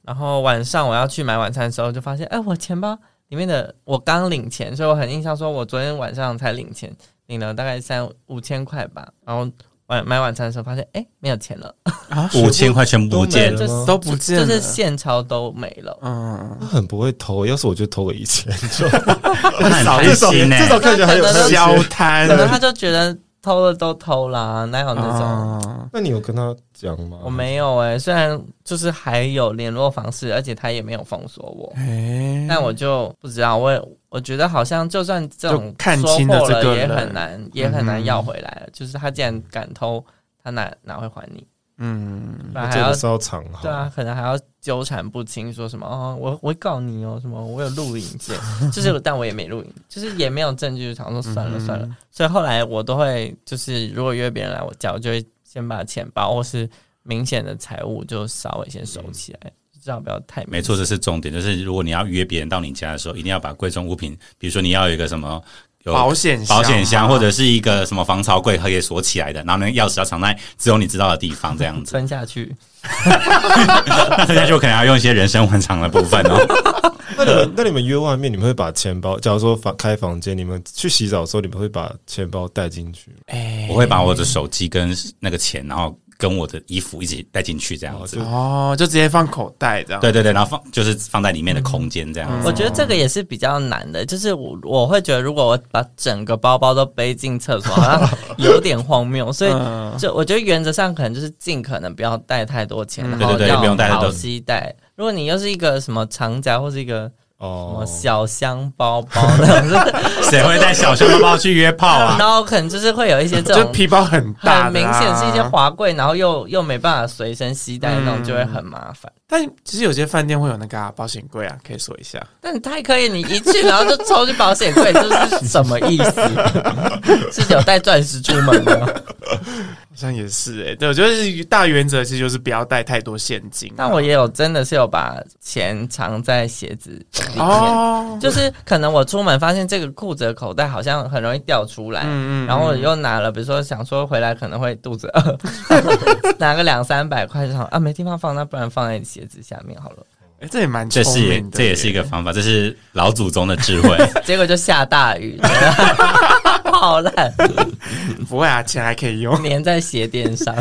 Speaker 9: 然后晚上我要去买晚餐的时候，就发现哎、欸，我钱包里面的我刚领钱，所以我很印象，说我昨天晚上才领钱。领了大概三五千块吧，然后晚买晚餐的时候发现，哎、欸，没有钱了，
Speaker 11: 啊、五千块全部不见
Speaker 7: 了，
Speaker 10: 都不见了，
Speaker 9: 就是现钞都没了。
Speaker 7: 嗯，他很不会偷，要是我就偷个一 千，
Speaker 11: 很开心呢、欸。
Speaker 7: 至少看起来还有
Speaker 9: 可能
Speaker 10: 消摊，
Speaker 9: 可能他就觉得偷了都偷啦，哪
Speaker 10: 哦
Speaker 9: 有那种？
Speaker 7: 啊那你有跟他讲吗？
Speaker 9: 我没有哎、虽然就是还有联络方式，而且他也没有封锁我，
Speaker 10: 哎
Speaker 9: 但我就不知道，我也我觉得好像就算这种
Speaker 10: 就看
Speaker 9: 说
Speaker 10: 清了
Speaker 9: 破
Speaker 10: 这
Speaker 9: 了
Speaker 10: 个
Speaker 9: 也
Speaker 10: 人
Speaker 9: 很难，也很
Speaker 10: 嗯
Speaker 9: 难要回来了。就是他既然敢偷，他哪哪会还你？
Speaker 10: 嗯
Speaker 9: 不
Speaker 7: 我
Speaker 9: 然
Speaker 7: 记
Speaker 9: 还要
Speaker 7: 得是要藏好。
Speaker 9: 对啊，可能还要纠缠不清，说什么哦，我我会告你哦，什么我有录影之类， 就是但我也没录影，就是也没有证据，想说算了
Speaker 10: 嗯
Speaker 9: 算了。所以后来我都会就是如果约别人来我家，我就会先把钱包或是明显的财物就稍微先收起来，至少不要太明
Speaker 11: 嗯没错，
Speaker 9: 显
Speaker 11: 这是重点，就是如果你要约别人到你家的时候，一定要把贵重物品，比如说你要有一个什么。有
Speaker 10: 保险箱
Speaker 11: 呃保险箱，
Speaker 10: 啊
Speaker 11: 或者是一个什么防潮柜，可以锁起来的。然后呢，钥匙要藏在只有你知道的地方，这 样子。
Speaker 9: 吞下去。
Speaker 11: 那剩下就可能要用一些人生文长的部分 哦。
Speaker 7: 那你 们那你们约外面，你们会把钱包？假如说房开房间，你们去洗澡的时候，你们会把钱包带进去吗？
Speaker 10: 哎
Speaker 11: 我会把我的手机跟那个钱，然后跟我的衣服一起带进去，这样子。
Speaker 10: 哦，就直接放口袋这样。
Speaker 11: 对对对，然后放就是放在里面的空间这样
Speaker 10: 嗯
Speaker 11: 子。
Speaker 9: 我觉得这个也是比较难的，就是我我会觉得，如果我把整个包包都背进厕所，好像有点荒 谬，所以
Speaker 10: 嗯
Speaker 9: 就我觉得原则上可能就是尽可能不要带太多钱，
Speaker 10: 嗯
Speaker 9: 然后
Speaker 11: 对对对
Speaker 9: 要
Speaker 11: 不用带太多
Speaker 9: 好携带。如果你又是一个什么长夹或是一个什么
Speaker 7: 哦，
Speaker 9: 小香包包那种， 就是
Speaker 11: 谁会带小熊包包去约炮啊？
Speaker 9: 然后可能就是会有一些这
Speaker 10: 就
Speaker 9: 种
Speaker 10: 皮包很大、啊
Speaker 9: 很明显是一些。华贵，然后又又没办法随身携带的那种，就会很麻烦。
Speaker 10: 但其实有些饭店会有那个、啊、保险柜啊，可以锁一下。
Speaker 9: 但太可以，你一去然后就抽去保险柜，这是什么意思？是有带钻石出门吗？
Speaker 10: 好像也是哎、对，我觉得是大原则其实就是不要带太多现金啊、
Speaker 9: 但我也有真的是有把钱藏在鞋子里面，
Speaker 10: 哦，
Speaker 9: 就是可能我出门发现这个裤子的口袋好像很容易掉出来，
Speaker 10: 嗯
Speaker 9: 然后我又拿了，比如说想说回来可能会肚子饿， 拿个两三百块就想啊没地方放，那不然放在鞋子下面好了。
Speaker 10: 哎、这也蛮
Speaker 11: 这
Speaker 10: 聪
Speaker 11: 是也
Speaker 10: 明的
Speaker 11: 这也是一个方法，这是老祖宗的智 慧。
Speaker 9: 结果就下大雨， 好烂，
Speaker 10: 耶不会啊，钱还可以用。
Speaker 9: 粘在鞋垫上。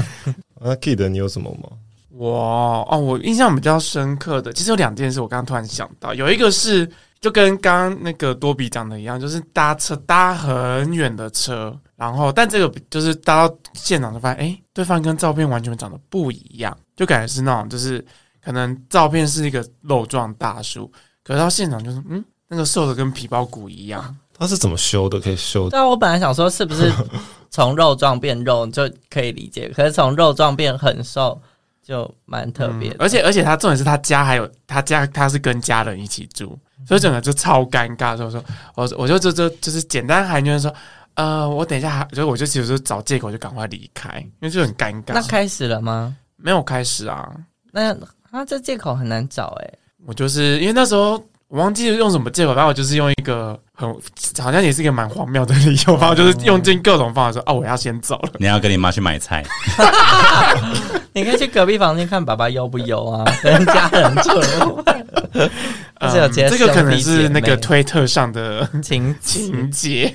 Speaker 7: 那 Kid 你有什么吗？
Speaker 10: 哇哦，我印象比较深刻的，其实有两件事，我刚刚突然想到，有一个是就跟刚刚那个多比讲的一样，就是搭车搭很远的车，然后但这个就是搭到现场就发现，哎、对方跟照片完全长得不一样，就感觉是那种就是可能照片是一个肉壮大叔，可是到现场就是嗯，那个瘦的跟皮包骨一样，
Speaker 7: 他是怎么修的？可以修
Speaker 9: 对啊，我本来想说是不 是从肉壮变肉就可以理解，可是从肉壮变很瘦就蛮特别的。
Speaker 10: 嗯而且而且他重点是他家还有他家他是跟家人一起住，
Speaker 9: 嗯
Speaker 10: 所以整个就超尴尬。所以我说我我就就就就是简单寒暄说，呃，我等一下还，所以我就其实就找借口就赶快离开，因为就很尴
Speaker 9: 嗯那
Speaker 10: 尬。
Speaker 9: 开始了吗？
Speaker 10: 没有开始啊，
Speaker 9: 那啊，这借口很难找哎、
Speaker 10: 我就是因为那时候。我忘记用什么借口，然后我就是用一个很好像也是一个蛮荒谬的理
Speaker 9: 嗯
Speaker 10: 由，然后就是用尽各种方法说啊，我要先走了。
Speaker 11: 你要跟你妈去买菜，
Speaker 9: 你可以去隔壁房间看爸爸优不优啊，跟家人住， 而且有
Speaker 10: 嗯
Speaker 9: 接
Speaker 10: 这个可能是那个
Speaker 9: 推
Speaker 10: 推特上的
Speaker 9: 情
Speaker 10: 情节。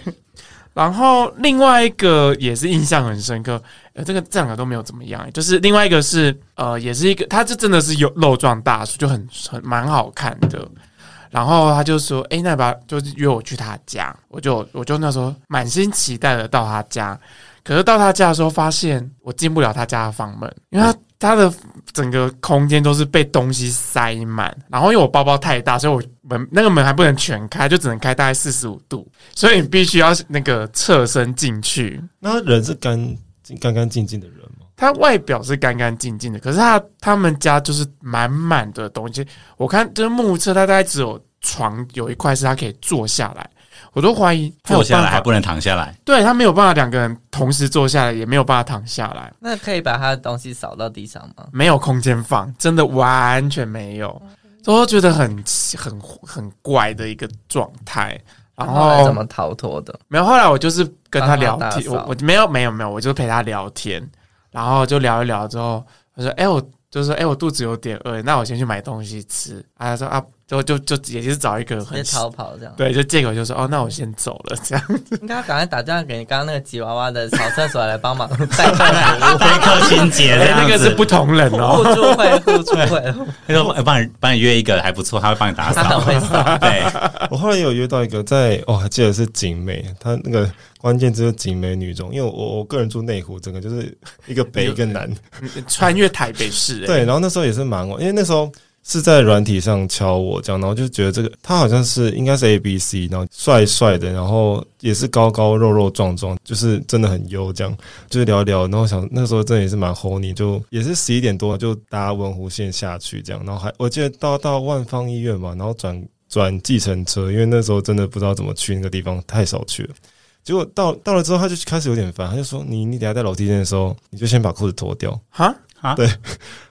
Speaker 10: 然后另外一个也是印象很深刻，呃，这个这两个都没有怎么样，就是另外一个是呃，也是一个，他这真的是有肉壮大叔，就很很蛮好看的。然后他就说：“哎，那要不要就是约我去他家？”我就我就那时候满心期待的到他家，可是到他家的时候，发现我进不了他家的房门，因为他他的整个空间都是被东西塞满。然后因为我包包太大，所以我门那个门还不能全开，就只能开大概四十五度，所以你必须要那个侧身进去。
Speaker 7: 那人是干净干干净净的人吗？
Speaker 10: 他外表是干干净净的，可是他他们家就是满满的东西。我看就是目测，他大概只有床有一块是他可以坐下来，我都怀疑他有
Speaker 11: 坐下来
Speaker 10: 办法
Speaker 11: 还不能躺下来。
Speaker 10: 对他没有办法两个人同时坐下来，也没有办法躺下来。
Speaker 9: 那可以把他的东西扫到地上吗？
Speaker 10: 没有空间放，真的完全没有，所以我觉得很奇很很怪的一个状态。然
Speaker 9: 后来
Speaker 10: 后
Speaker 9: 怎么逃脱的？
Speaker 10: 没有，后来我就是跟他聊
Speaker 9: 帮他打
Speaker 10: 天，
Speaker 9: 扫
Speaker 10: 我我没有没有没有，我就陪他聊天，然后就聊一聊之后，他说：“哎、我就是哎、我肚子有点饿，那我先去买东西吃。”啊，他说：“啊，就就就也是找一个很
Speaker 9: 直接逃跑这 样
Speaker 10: 对，就借口就说哦，那我先走了 这样子。
Speaker 9: 应该赶快打电话给刚刚那个吉娃娃的扫厕所来帮忙 代客
Speaker 11: 代客清洁这
Speaker 10: 哎，
Speaker 11: 样
Speaker 10: 那
Speaker 11: 子，
Speaker 10: 个是不同人
Speaker 9: 互
Speaker 10: 哦，
Speaker 9: 助会，互助 会，
Speaker 11: 他说哎帮你帮你约一个还不错，他会帮你打
Speaker 9: 他很
Speaker 11: 扫。
Speaker 9: 会 扫。
Speaker 11: 对，
Speaker 7: 我后来有约到一个在，哦，还记得是景美，她那个关键字是景美女中，因为我我我个人住内湖，整个就是一个北一个南，
Speaker 10: 穿越台北市、哎
Speaker 7: 对，然后那时候也是蛮晚，因为那时候是在软体上敲我这样，然后就觉得这个他好像是应该是 A B C，然后帅帅的，然后也是高高肉肉壮壮，就是真的很优这样，就是聊一聊，然后想那时候真的也是蛮 horny，就也是十一点多就搭文湖线下去这样，然后还我记得到到万方医院嘛，然后转转计程车，因为那时候真的不知道怎么去那个地方，太少去了。结果到到了之后，他就开始有点烦，他就说：“你你等一下在楼梯间的时候，你就先把裤子脱掉。”
Speaker 10: 哈，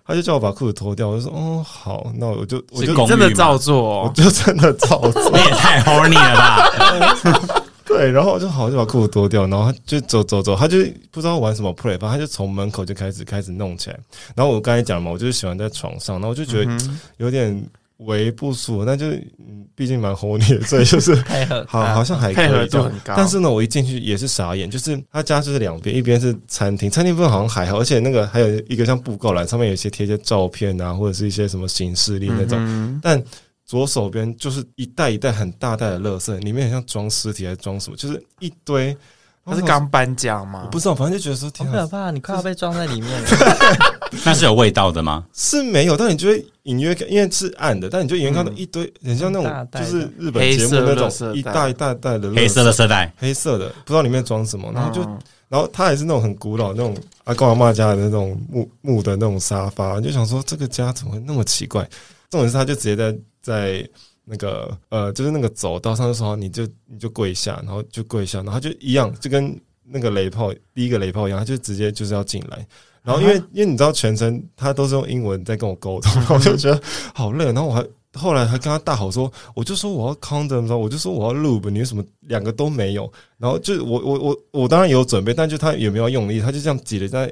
Speaker 7: 他就叫我把裤子脱掉，我就说哦好，那我 就我
Speaker 11: 是
Speaker 7: 就
Speaker 11: 公寓
Speaker 10: 真的
Speaker 11: 吗
Speaker 10: 照做、
Speaker 7: 我
Speaker 10: 哦，
Speaker 7: 就真的照做
Speaker 11: 你，也 太 horny 了吧？
Speaker 7: 对，然后我就好我就把裤子脱掉，然后他就走走走，他就不知道玩什么 play，反正他就从门口就开始开始弄起来。然后我刚才讲嘛，我就是喜欢在床上，然后我就觉得
Speaker 10: 嗯
Speaker 7: 有点为不舒服，那就嗯毕竟蛮 horny，的所以就是
Speaker 9: 配合
Speaker 7: 好好像还可以
Speaker 10: 啊配合
Speaker 7: 这
Speaker 10: 度
Speaker 7: 样
Speaker 10: 很高，
Speaker 7: 但是呢，我一进去也是傻眼，就是他家就是两边，一边是餐厅，餐厅部分好像还好，而且那个还有一个像布告栏上面有一些贴一些照片啊，或者是一些什么形式力那种。
Speaker 10: 嗯
Speaker 7: 但左手边就是一袋一袋很大袋的垃圾，里面很像装尸体还是装什么，就是一堆。
Speaker 10: 哼，
Speaker 7: 哦
Speaker 10: 他是刚搬家吗
Speaker 7: 我不？知道，反正就觉得说
Speaker 9: 好
Speaker 7: 天
Speaker 9: 可
Speaker 7: 啊，
Speaker 9: 怕！你快要被装在里 面了，
Speaker 11: 那是有味道的吗？
Speaker 7: 是没有，但你就会隐约看因为是暗的，但你就隐约看到
Speaker 10: 嗯
Speaker 7: 一堆很像那
Speaker 9: 很大
Speaker 7: 种
Speaker 9: 袋
Speaker 7: 就
Speaker 9: 的
Speaker 7: 是日本节
Speaker 10: 黑
Speaker 7: 目那
Speaker 10: 色垃圾
Speaker 7: 种
Speaker 10: 袋
Speaker 7: 一袋一袋袋的垃圾
Speaker 11: 黑色的色 带，
Speaker 7: 黑色的，不知道里面装什么，然后就
Speaker 10: 嗯
Speaker 7: 然后它也是那种很古老那种阿公阿嬷家的那种木木的那种沙发，就想说这个家怎么会那么奇怪？重点是他就直接在在那个呃，就是那个走道上就说你就你就跪下，然后就跪下，然后他就一样就跟那个雷炮第一个雷炮一样，他就直接就是要进来。然后因为、因为你知道全程他都是用英文在跟我沟通， 然后我就觉得好累，然后我还。后来还跟他大吼说，我就说我要 condom，然后我就说我要 lube，你为什么两个都没有？然后就我我我我当然有准备，但就他也没有用力，他就这样挤的在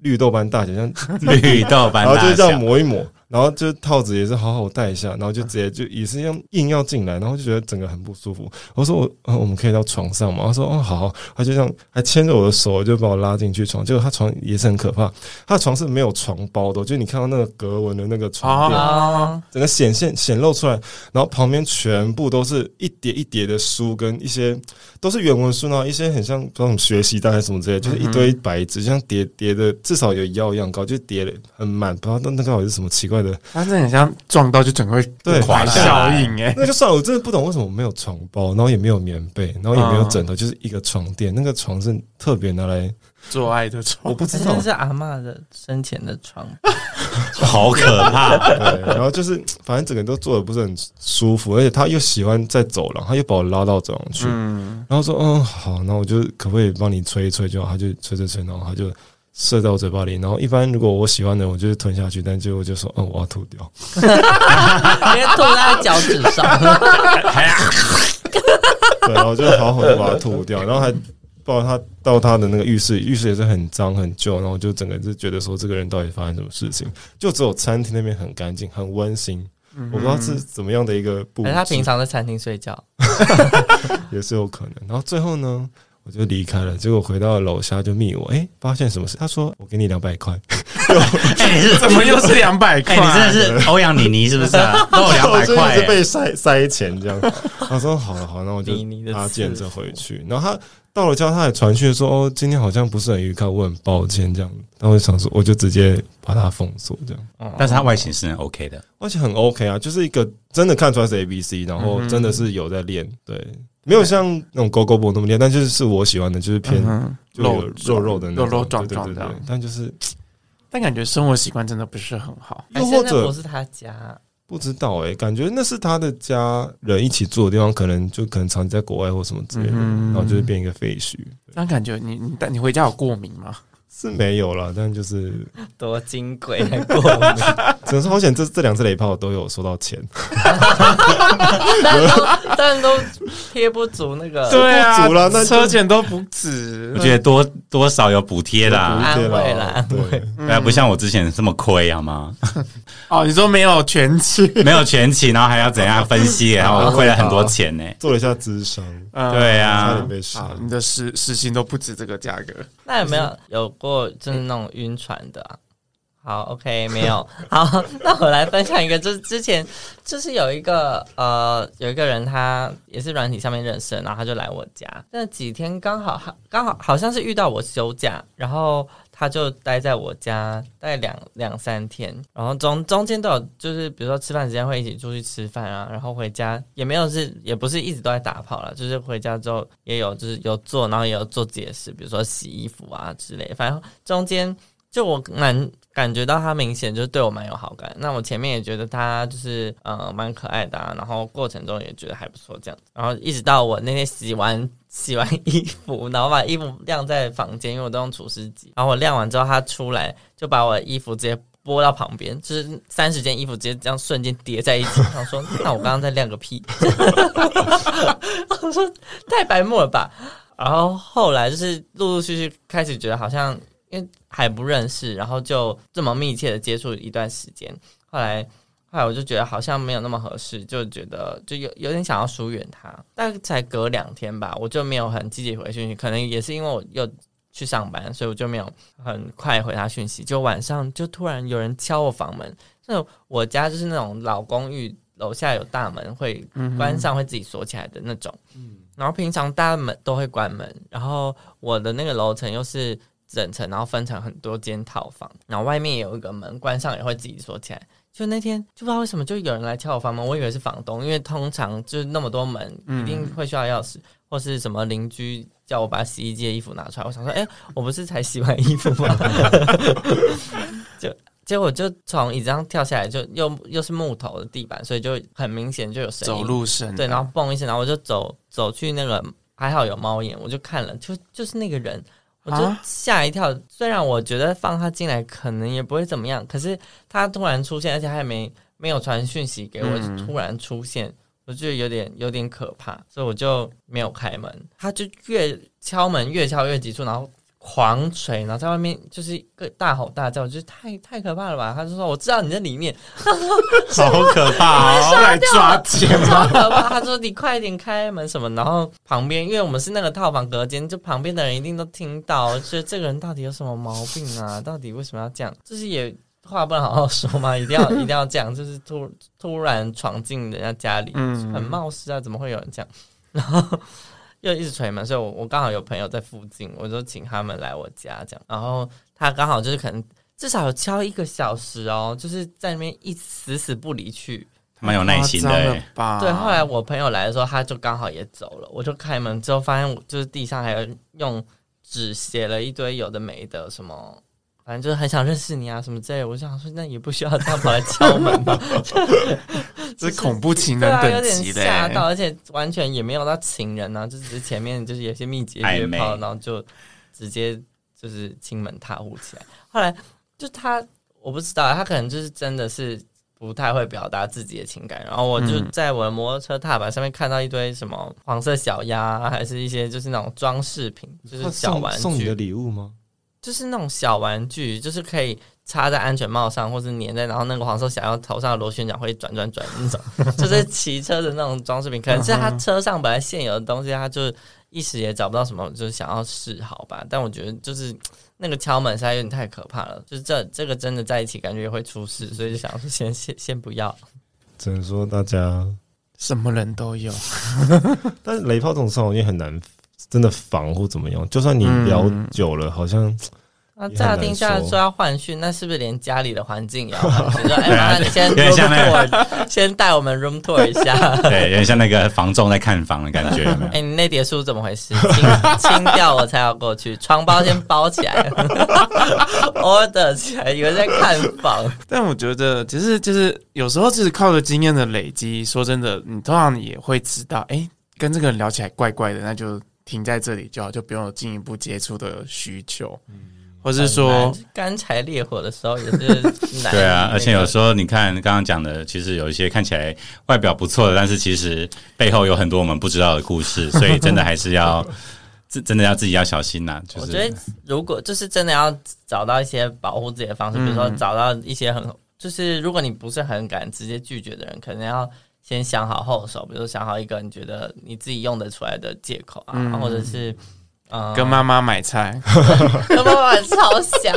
Speaker 7: 绿豆般大小，这样
Speaker 11: 绿豆般
Speaker 7: 然后
Speaker 11: 大
Speaker 7: 就这
Speaker 11: 小
Speaker 7: 样，抹一抹，然后就套子也是好好戴一下，然后就直接就也是一样硬要进来，然后就觉得整个很不舒服。我说我、呃我们可以到床上嘛？他说哦好，他就这样还牵着我的手就把我拉进去床，结果他床也是很可怕，他的床是没有床包的，就你看到那个格纹的那个床垫，
Speaker 9: 啊，
Speaker 7: 整个显现显露出来，然后旁边全部都是一叠一叠的书跟一些都是原文书，然后一些很像不知道什么学习单还是什么之
Speaker 9: 嗯
Speaker 7: 类，就是一堆白纸，像叠叠的，至少有一腰一样高，就叠了很满，不知道那那个到底是什么奇怪的。
Speaker 10: 他真的很像撞到就整个会
Speaker 7: 对
Speaker 10: 垮效应哎、
Speaker 7: 那就算了，我真的不懂为什么没有床包，然后也没有棉被，然后也没有枕头，就是一个床垫。那个床是特别拿来，
Speaker 10: 做爱的床
Speaker 7: 我不知
Speaker 9: 哦 真
Speaker 7: 道
Speaker 9: 的，是阿嬷的生前的床，
Speaker 11: 好可 怕！
Speaker 7: 对，然后就是反正整个都坐的不是很舒服，而且他又喜欢在走廊，他又把我拉到走廊去，
Speaker 10: 嗯，
Speaker 7: 然后说嗯好，那我就可不可以帮你吹一吹就好，他就吹吹吹，然后他就射到我嘴巴里，然后一般如果我喜欢的我就是吞下去，但最后就说嗯我要吐 掉，
Speaker 9: 直接吐在他脚趾上。
Speaker 7: 对，然后就好好的把它吐掉，然后还抱他到他的那个浴室，浴室也是很脏很旧，然后我就整个就觉得说这个人到底发生什么事情，就只有餐厅那边很干净很温馨，我不知道是怎么样的一个布
Speaker 9: 而
Speaker 7: 置，
Speaker 9: 他平常在餐厅睡觉，
Speaker 7: 也是有可能。然后最后呢，我就离开了，结果回到楼下就密我，诶，发现什么事？他说我给你两百块，
Speaker 11: 哎，你是
Speaker 10: 怎么又是两百块？
Speaker 11: 哎，你真的是欧阳妮妮是不是 啊？都有两
Speaker 7: 我
Speaker 11: 百
Speaker 7: 就一
Speaker 11: 块
Speaker 7: 直
Speaker 11: 耶，
Speaker 7: 被塞塞钱这样。他说好了好了，那我就
Speaker 9: 你你的
Speaker 7: 搭
Speaker 9: 刺
Speaker 7: 建着回去。然后他到了家，他也传讯说哦，今天好像不是很愉快，我很抱歉这样。然后我就想说，我就直接把他封锁这样。
Speaker 11: 但是他外形是很 OK 的。
Speaker 7: 而且很 OK 啊，就是一个真的看出来是 A B C，然后真的是有在练，对，没有像那种狗狗博那么练，但就是是我喜欢的，就是偏
Speaker 10: 嗯
Speaker 7: 就有
Speaker 10: 肉
Speaker 7: 肉肉的那
Speaker 10: 肉
Speaker 7: 种
Speaker 10: 肉
Speaker 7: 对
Speaker 10: 壮
Speaker 7: 对
Speaker 10: 壮
Speaker 7: 对
Speaker 10: 的
Speaker 7: 对
Speaker 10: 啊，
Speaker 7: 但就是
Speaker 10: 但感觉生活习惯真的不是很好。
Speaker 9: 还
Speaker 7: 又
Speaker 9: 是
Speaker 7: 或
Speaker 9: 那哎不
Speaker 7: 者
Speaker 9: 是他家，
Speaker 7: 不知道哎、感觉那是他的家人一起住的地方，可能就可能长期在国外或什么之类的，
Speaker 10: 嗯哼
Speaker 7: 然后就是变一个废墟，对
Speaker 10: 这样感觉你你但你回家有过敏吗？
Speaker 7: 是没有啦，但就是
Speaker 9: 多金贵啊 还过敏，
Speaker 7: 只能说好险这这两次雷炮都有收到钱，
Speaker 9: 但都贴不足那
Speaker 7: 呃
Speaker 9: 个，
Speaker 10: 对啊，
Speaker 7: 不足了那 就
Speaker 10: 车钱都不止。
Speaker 11: 我觉得多多少有补贴啦，
Speaker 9: 安慰啦，
Speaker 7: 对，
Speaker 11: 对啊，不像我之前这么亏好吗？
Speaker 10: 哦，你说没有全勤，
Speaker 11: 没有全勤，然后还要怎样分 析，然后我亏了很多钱呢。
Speaker 7: 做了一下智商，
Speaker 10: 嗯
Speaker 11: 对
Speaker 7: 差
Speaker 11: 啊
Speaker 7: 点，被杀
Speaker 10: 啊，。你的时时薪都不止这个价格。
Speaker 9: 那有没有有过就是那种晕船的、啊？好，OK，没有。 好，那我来分享一个，就是之前就是有一个呃，有一个人他也是软体上面认识的，然后他就来我家，那几天刚好刚好好像是遇到我休假，然后他就待在我家待两两三天，然后中中间都有就是比如说吃饭时间会一起出去吃饭啊，然后回家也没有是也不是一直都在打炮了，就是回家之后也有就是有做，然后也有做自己的事，比如说洗衣服啊之类，反正中间就我蛮感觉到他明显就是对我蛮有好感。那我前面也觉得他就是呃蛮可爱的、啊，然后过程中也觉得还不错这样。然后一直到我那天洗完 洗完衣服，然后把衣服晾在房间，因为我都用除湿机。然后我晾完之后，他出来就把我的衣服直接。拨到旁边，就是三十件衣服直接这样瞬间叠在一起。我想说，那我刚刚在晾个屁， 我说太白目了吧。然后后来就是陆陆续续开始觉得好像因为还不认识，然后就这么密切的接触一段时间，后来后来我就觉得好像没有那么合适，就觉得就有有点想要疏远他，但才隔两天吧，我就没有很积极回讯息，可能也是因为我又去上班，所以我就没有很快回他讯息。就晚上就突然有人敲我房门，那我家就是那种老公寓，楼下有大门会关上，会自己锁起来的那种。然后平常大门都会关门，然后我的那个楼层又是整层，然后分成很多间套房，然后外面也有一个门，关上也会自己锁起来。就那天就不知道为什么就有人来敲我房门，我以为是房东，因为通常就是那么多门，一定会需要钥匙，或是什么邻居叫我把洗衣机的衣服拿出来。我想说，哎、我不是才洗完衣服吗？ 就结果就从椅子上跳下来，就又又是木头的地板，所以就很明显就有声音
Speaker 10: 走。路声，
Speaker 9: 对，然后嘣一声，然后我就走走去那个，还好有猫眼，我就看了，就就是那个人，我就
Speaker 10: 啊
Speaker 9: 吓一跳。虽然我觉得放他进来可能也不会怎么样，可是他突然出现，而且他还没没有传讯息给我，
Speaker 10: 嗯
Speaker 9: 就突然出现，我就觉得有点有点可怕，所以我就没有开门。他就越敲门越敲越急促，然后。狂捶，然后在外面就是一个大吼大叫，就是太太可怕了吧？他就说：“我知道你在里面。”
Speaker 11: 好可怕哦！
Speaker 10: 后来抓奸
Speaker 9: 超可怕！他说你快点开门什么，然后旁边因为我们是那个套房隔间，就旁边的人一定都听到，就这个人到底有什么毛病啊？到底为什么要这样？就是也话不能好好说嘛，一定要一定要这样，就是突突然闯进人家家里，
Speaker 10: 嗯
Speaker 9: 很冒失啊，怎么会有人这样？然后。又一直捶门，所以我我刚好有朋友在附近，我就请他们来我家这样。然后他刚好就是可能至少有敲一个小时哦，就是在那边一直死死不离去。
Speaker 11: 蛮有耐心的
Speaker 10: 夸张了
Speaker 11: 欸，
Speaker 10: 吧？
Speaker 9: 对，后来我朋友来的时候，他就刚好也走了，我就开门之后发现，我就是地上还有用纸写了一堆有的没的什么。反正就是很想认识你啊，什么之类的。我就想说，那也不需要这样跑来敲门吧？
Speaker 10: 这是恐怖情
Speaker 9: 对
Speaker 10: 人
Speaker 9: 啊，有
Speaker 10: 等
Speaker 9: 点
Speaker 10: 级的
Speaker 9: 吓
Speaker 10: 欸，
Speaker 9: 到，而且完全也没有到情人啊，就只是前面就是有些密集约
Speaker 11: 暧昧
Speaker 9: 炮，然后就直接就是亲门踏户起来。后来就他，我不知道啊，他可能就是真的是不太会表达自己的情感。然后我就
Speaker 10: 嗯
Speaker 9: 在我的摩托车踏板上面看到一堆什么黄色小鸭啊，还是一些就是那种装饰品，就是
Speaker 7: 他
Speaker 9: 小玩
Speaker 7: 送送你
Speaker 9: 具，
Speaker 7: 的礼物吗？
Speaker 9: 就是那种小玩具，就是可以插在安全帽上，或是粘在，然后那个黄色小鸭头上的螺旋桨会转转转那种， 就是骑车的那种装饰品。可能是他车上本来现有的东西，他就一时也找不到什么，就是想要示好吧。但我觉得就是。那个敲门实在有点太可怕了，就是这这个真的在一起感觉也会出事，所以就想说先先先不要。
Speaker 7: 只能说大家，
Speaker 10: 什么人都有。
Speaker 7: 但是雷炮这种事好像也很难真的防或怎么样。就算你
Speaker 10: 嗯
Speaker 7: 聊久了，好像
Speaker 9: 那
Speaker 7: 也
Speaker 9: 乍
Speaker 7: 很难
Speaker 9: 听下来
Speaker 7: 说
Speaker 9: 说要换训，那是不是连家里的环境也要换训？说哎，麻烦你先
Speaker 11: 有点像那
Speaker 9: room tour，先带我们 room tour 一下。
Speaker 11: 对，有点像那个房仲在看房的感觉，有没 有
Speaker 9: 哎，你那叠书怎么回事？清清掉我才要过去，床包先包起来，order 起来，以为在看房。
Speaker 10: 但我觉得，其实就是有时候，就是靠着经验的累积，说真的，你通常也会知道，哎、跟这个
Speaker 9: 嗯
Speaker 10: 人聊起来怪怪的，那就停在这里就好，就不用有进一步接触的需求。或是说
Speaker 9: 干柴烈火的时候也是难。
Speaker 11: 对啊，而且有时候你看刚刚讲的，其实有一些看起来外表不错的，但是其实背后有很多我们不知道的故事，所以真的还是 要自真的要自己要小心呐、就是
Speaker 9: 我觉得如果就是真的要找到一些保护自己的方式，比如
Speaker 11: 嗯
Speaker 9: 说找到一些很就是如果你不是很敢直接拒绝的人，可能要先想好后手，比如说想好一个你觉得你自己用得出来的借口啊，
Speaker 10: 嗯
Speaker 9: 或者是。嗯
Speaker 10: 跟妈妈买菜，
Speaker 9: 跟妈妈超 瞎，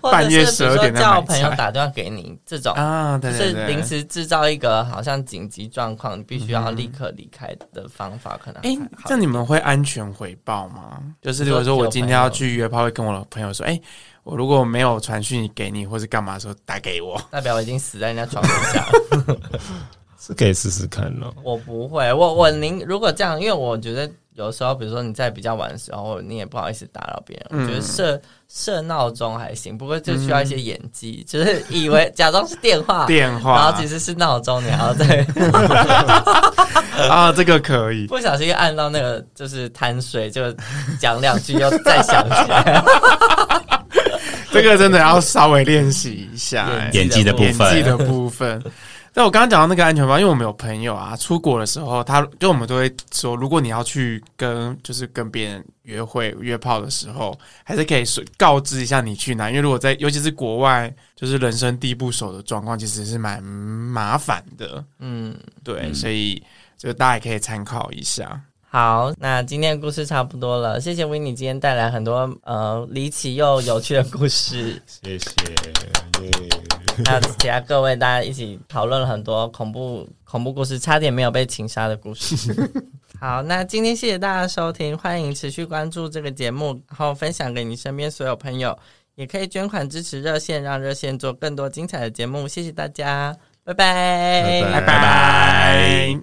Speaker 9: 或者
Speaker 10: 半夜
Speaker 9: 是比如
Speaker 10: 12
Speaker 9: 说
Speaker 10: 点在
Speaker 9: 叫
Speaker 10: 买
Speaker 9: 朋友
Speaker 10: 菜
Speaker 9: 打电话给你这种
Speaker 10: 啊对对
Speaker 9: 就
Speaker 10: 对
Speaker 9: 是临时制造一个好像紧急状况，你必须要立刻离开的方法，可能
Speaker 10: 哎、
Speaker 9: 还好
Speaker 10: 嗯这样你们会安全回报吗？就是如果说我今天要去约炮，会跟我的朋友说，
Speaker 9: 嗯
Speaker 10: 哎、我如果没有传讯给你或是干嘛的时候，打给我。
Speaker 9: 代表我已经死在人家床底下了。
Speaker 7: 是可以试试看了。
Speaker 9: 我不会，我我宁如果这样，因为我觉得有时候，比如说你在比较晚的时候，你也不好意思打扰别人。
Speaker 10: 嗯
Speaker 9: 我觉得设设闹钟还行，不过就需要一些演技，就是以为假装是电话，
Speaker 10: 电话
Speaker 9: 然后其实是闹钟，然后 再
Speaker 10: 啊，这个可以。
Speaker 9: 不小心按到那个就是贪睡，就讲两句又再想起来。
Speaker 10: 这个真的要稍微练习一下、 哎
Speaker 11: 演技的部分
Speaker 10: 演技的部分。 但我刚刚讲到那个安全包，因为我们有朋友啊，出国的时候，他就我们都会说，如果你要去跟就是跟别人约会约炮的时候，还是可以说告知一下你去哪，因为如果在尤其是国外，就是人生地不熟的状况，其实是蛮麻烦的。
Speaker 9: 嗯，
Speaker 10: 对，
Speaker 11: 嗯
Speaker 10: 所以就大家也可以参考一下。
Speaker 9: 好，那今天的故事差不多了，谢谢维尼今天带来很多呃离奇又有趣的故事。
Speaker 7: 谢谢，耶
Speaker 9: 还有其他各位，大家一起讨论了很多恐怖恐怖故事，差点没有被情杀的故事。好，那今天谢谢大家收听，欢迎持续关注这个节目，然后分享给你身边所有朋友，也可以捐款支持热线，让热线做更多精彩的节目。谢谢大家，拜拜，
Speaker 7: 拜拜
Speaker 10: 拜
Speaker 11: 哎
Speaker 10: 拜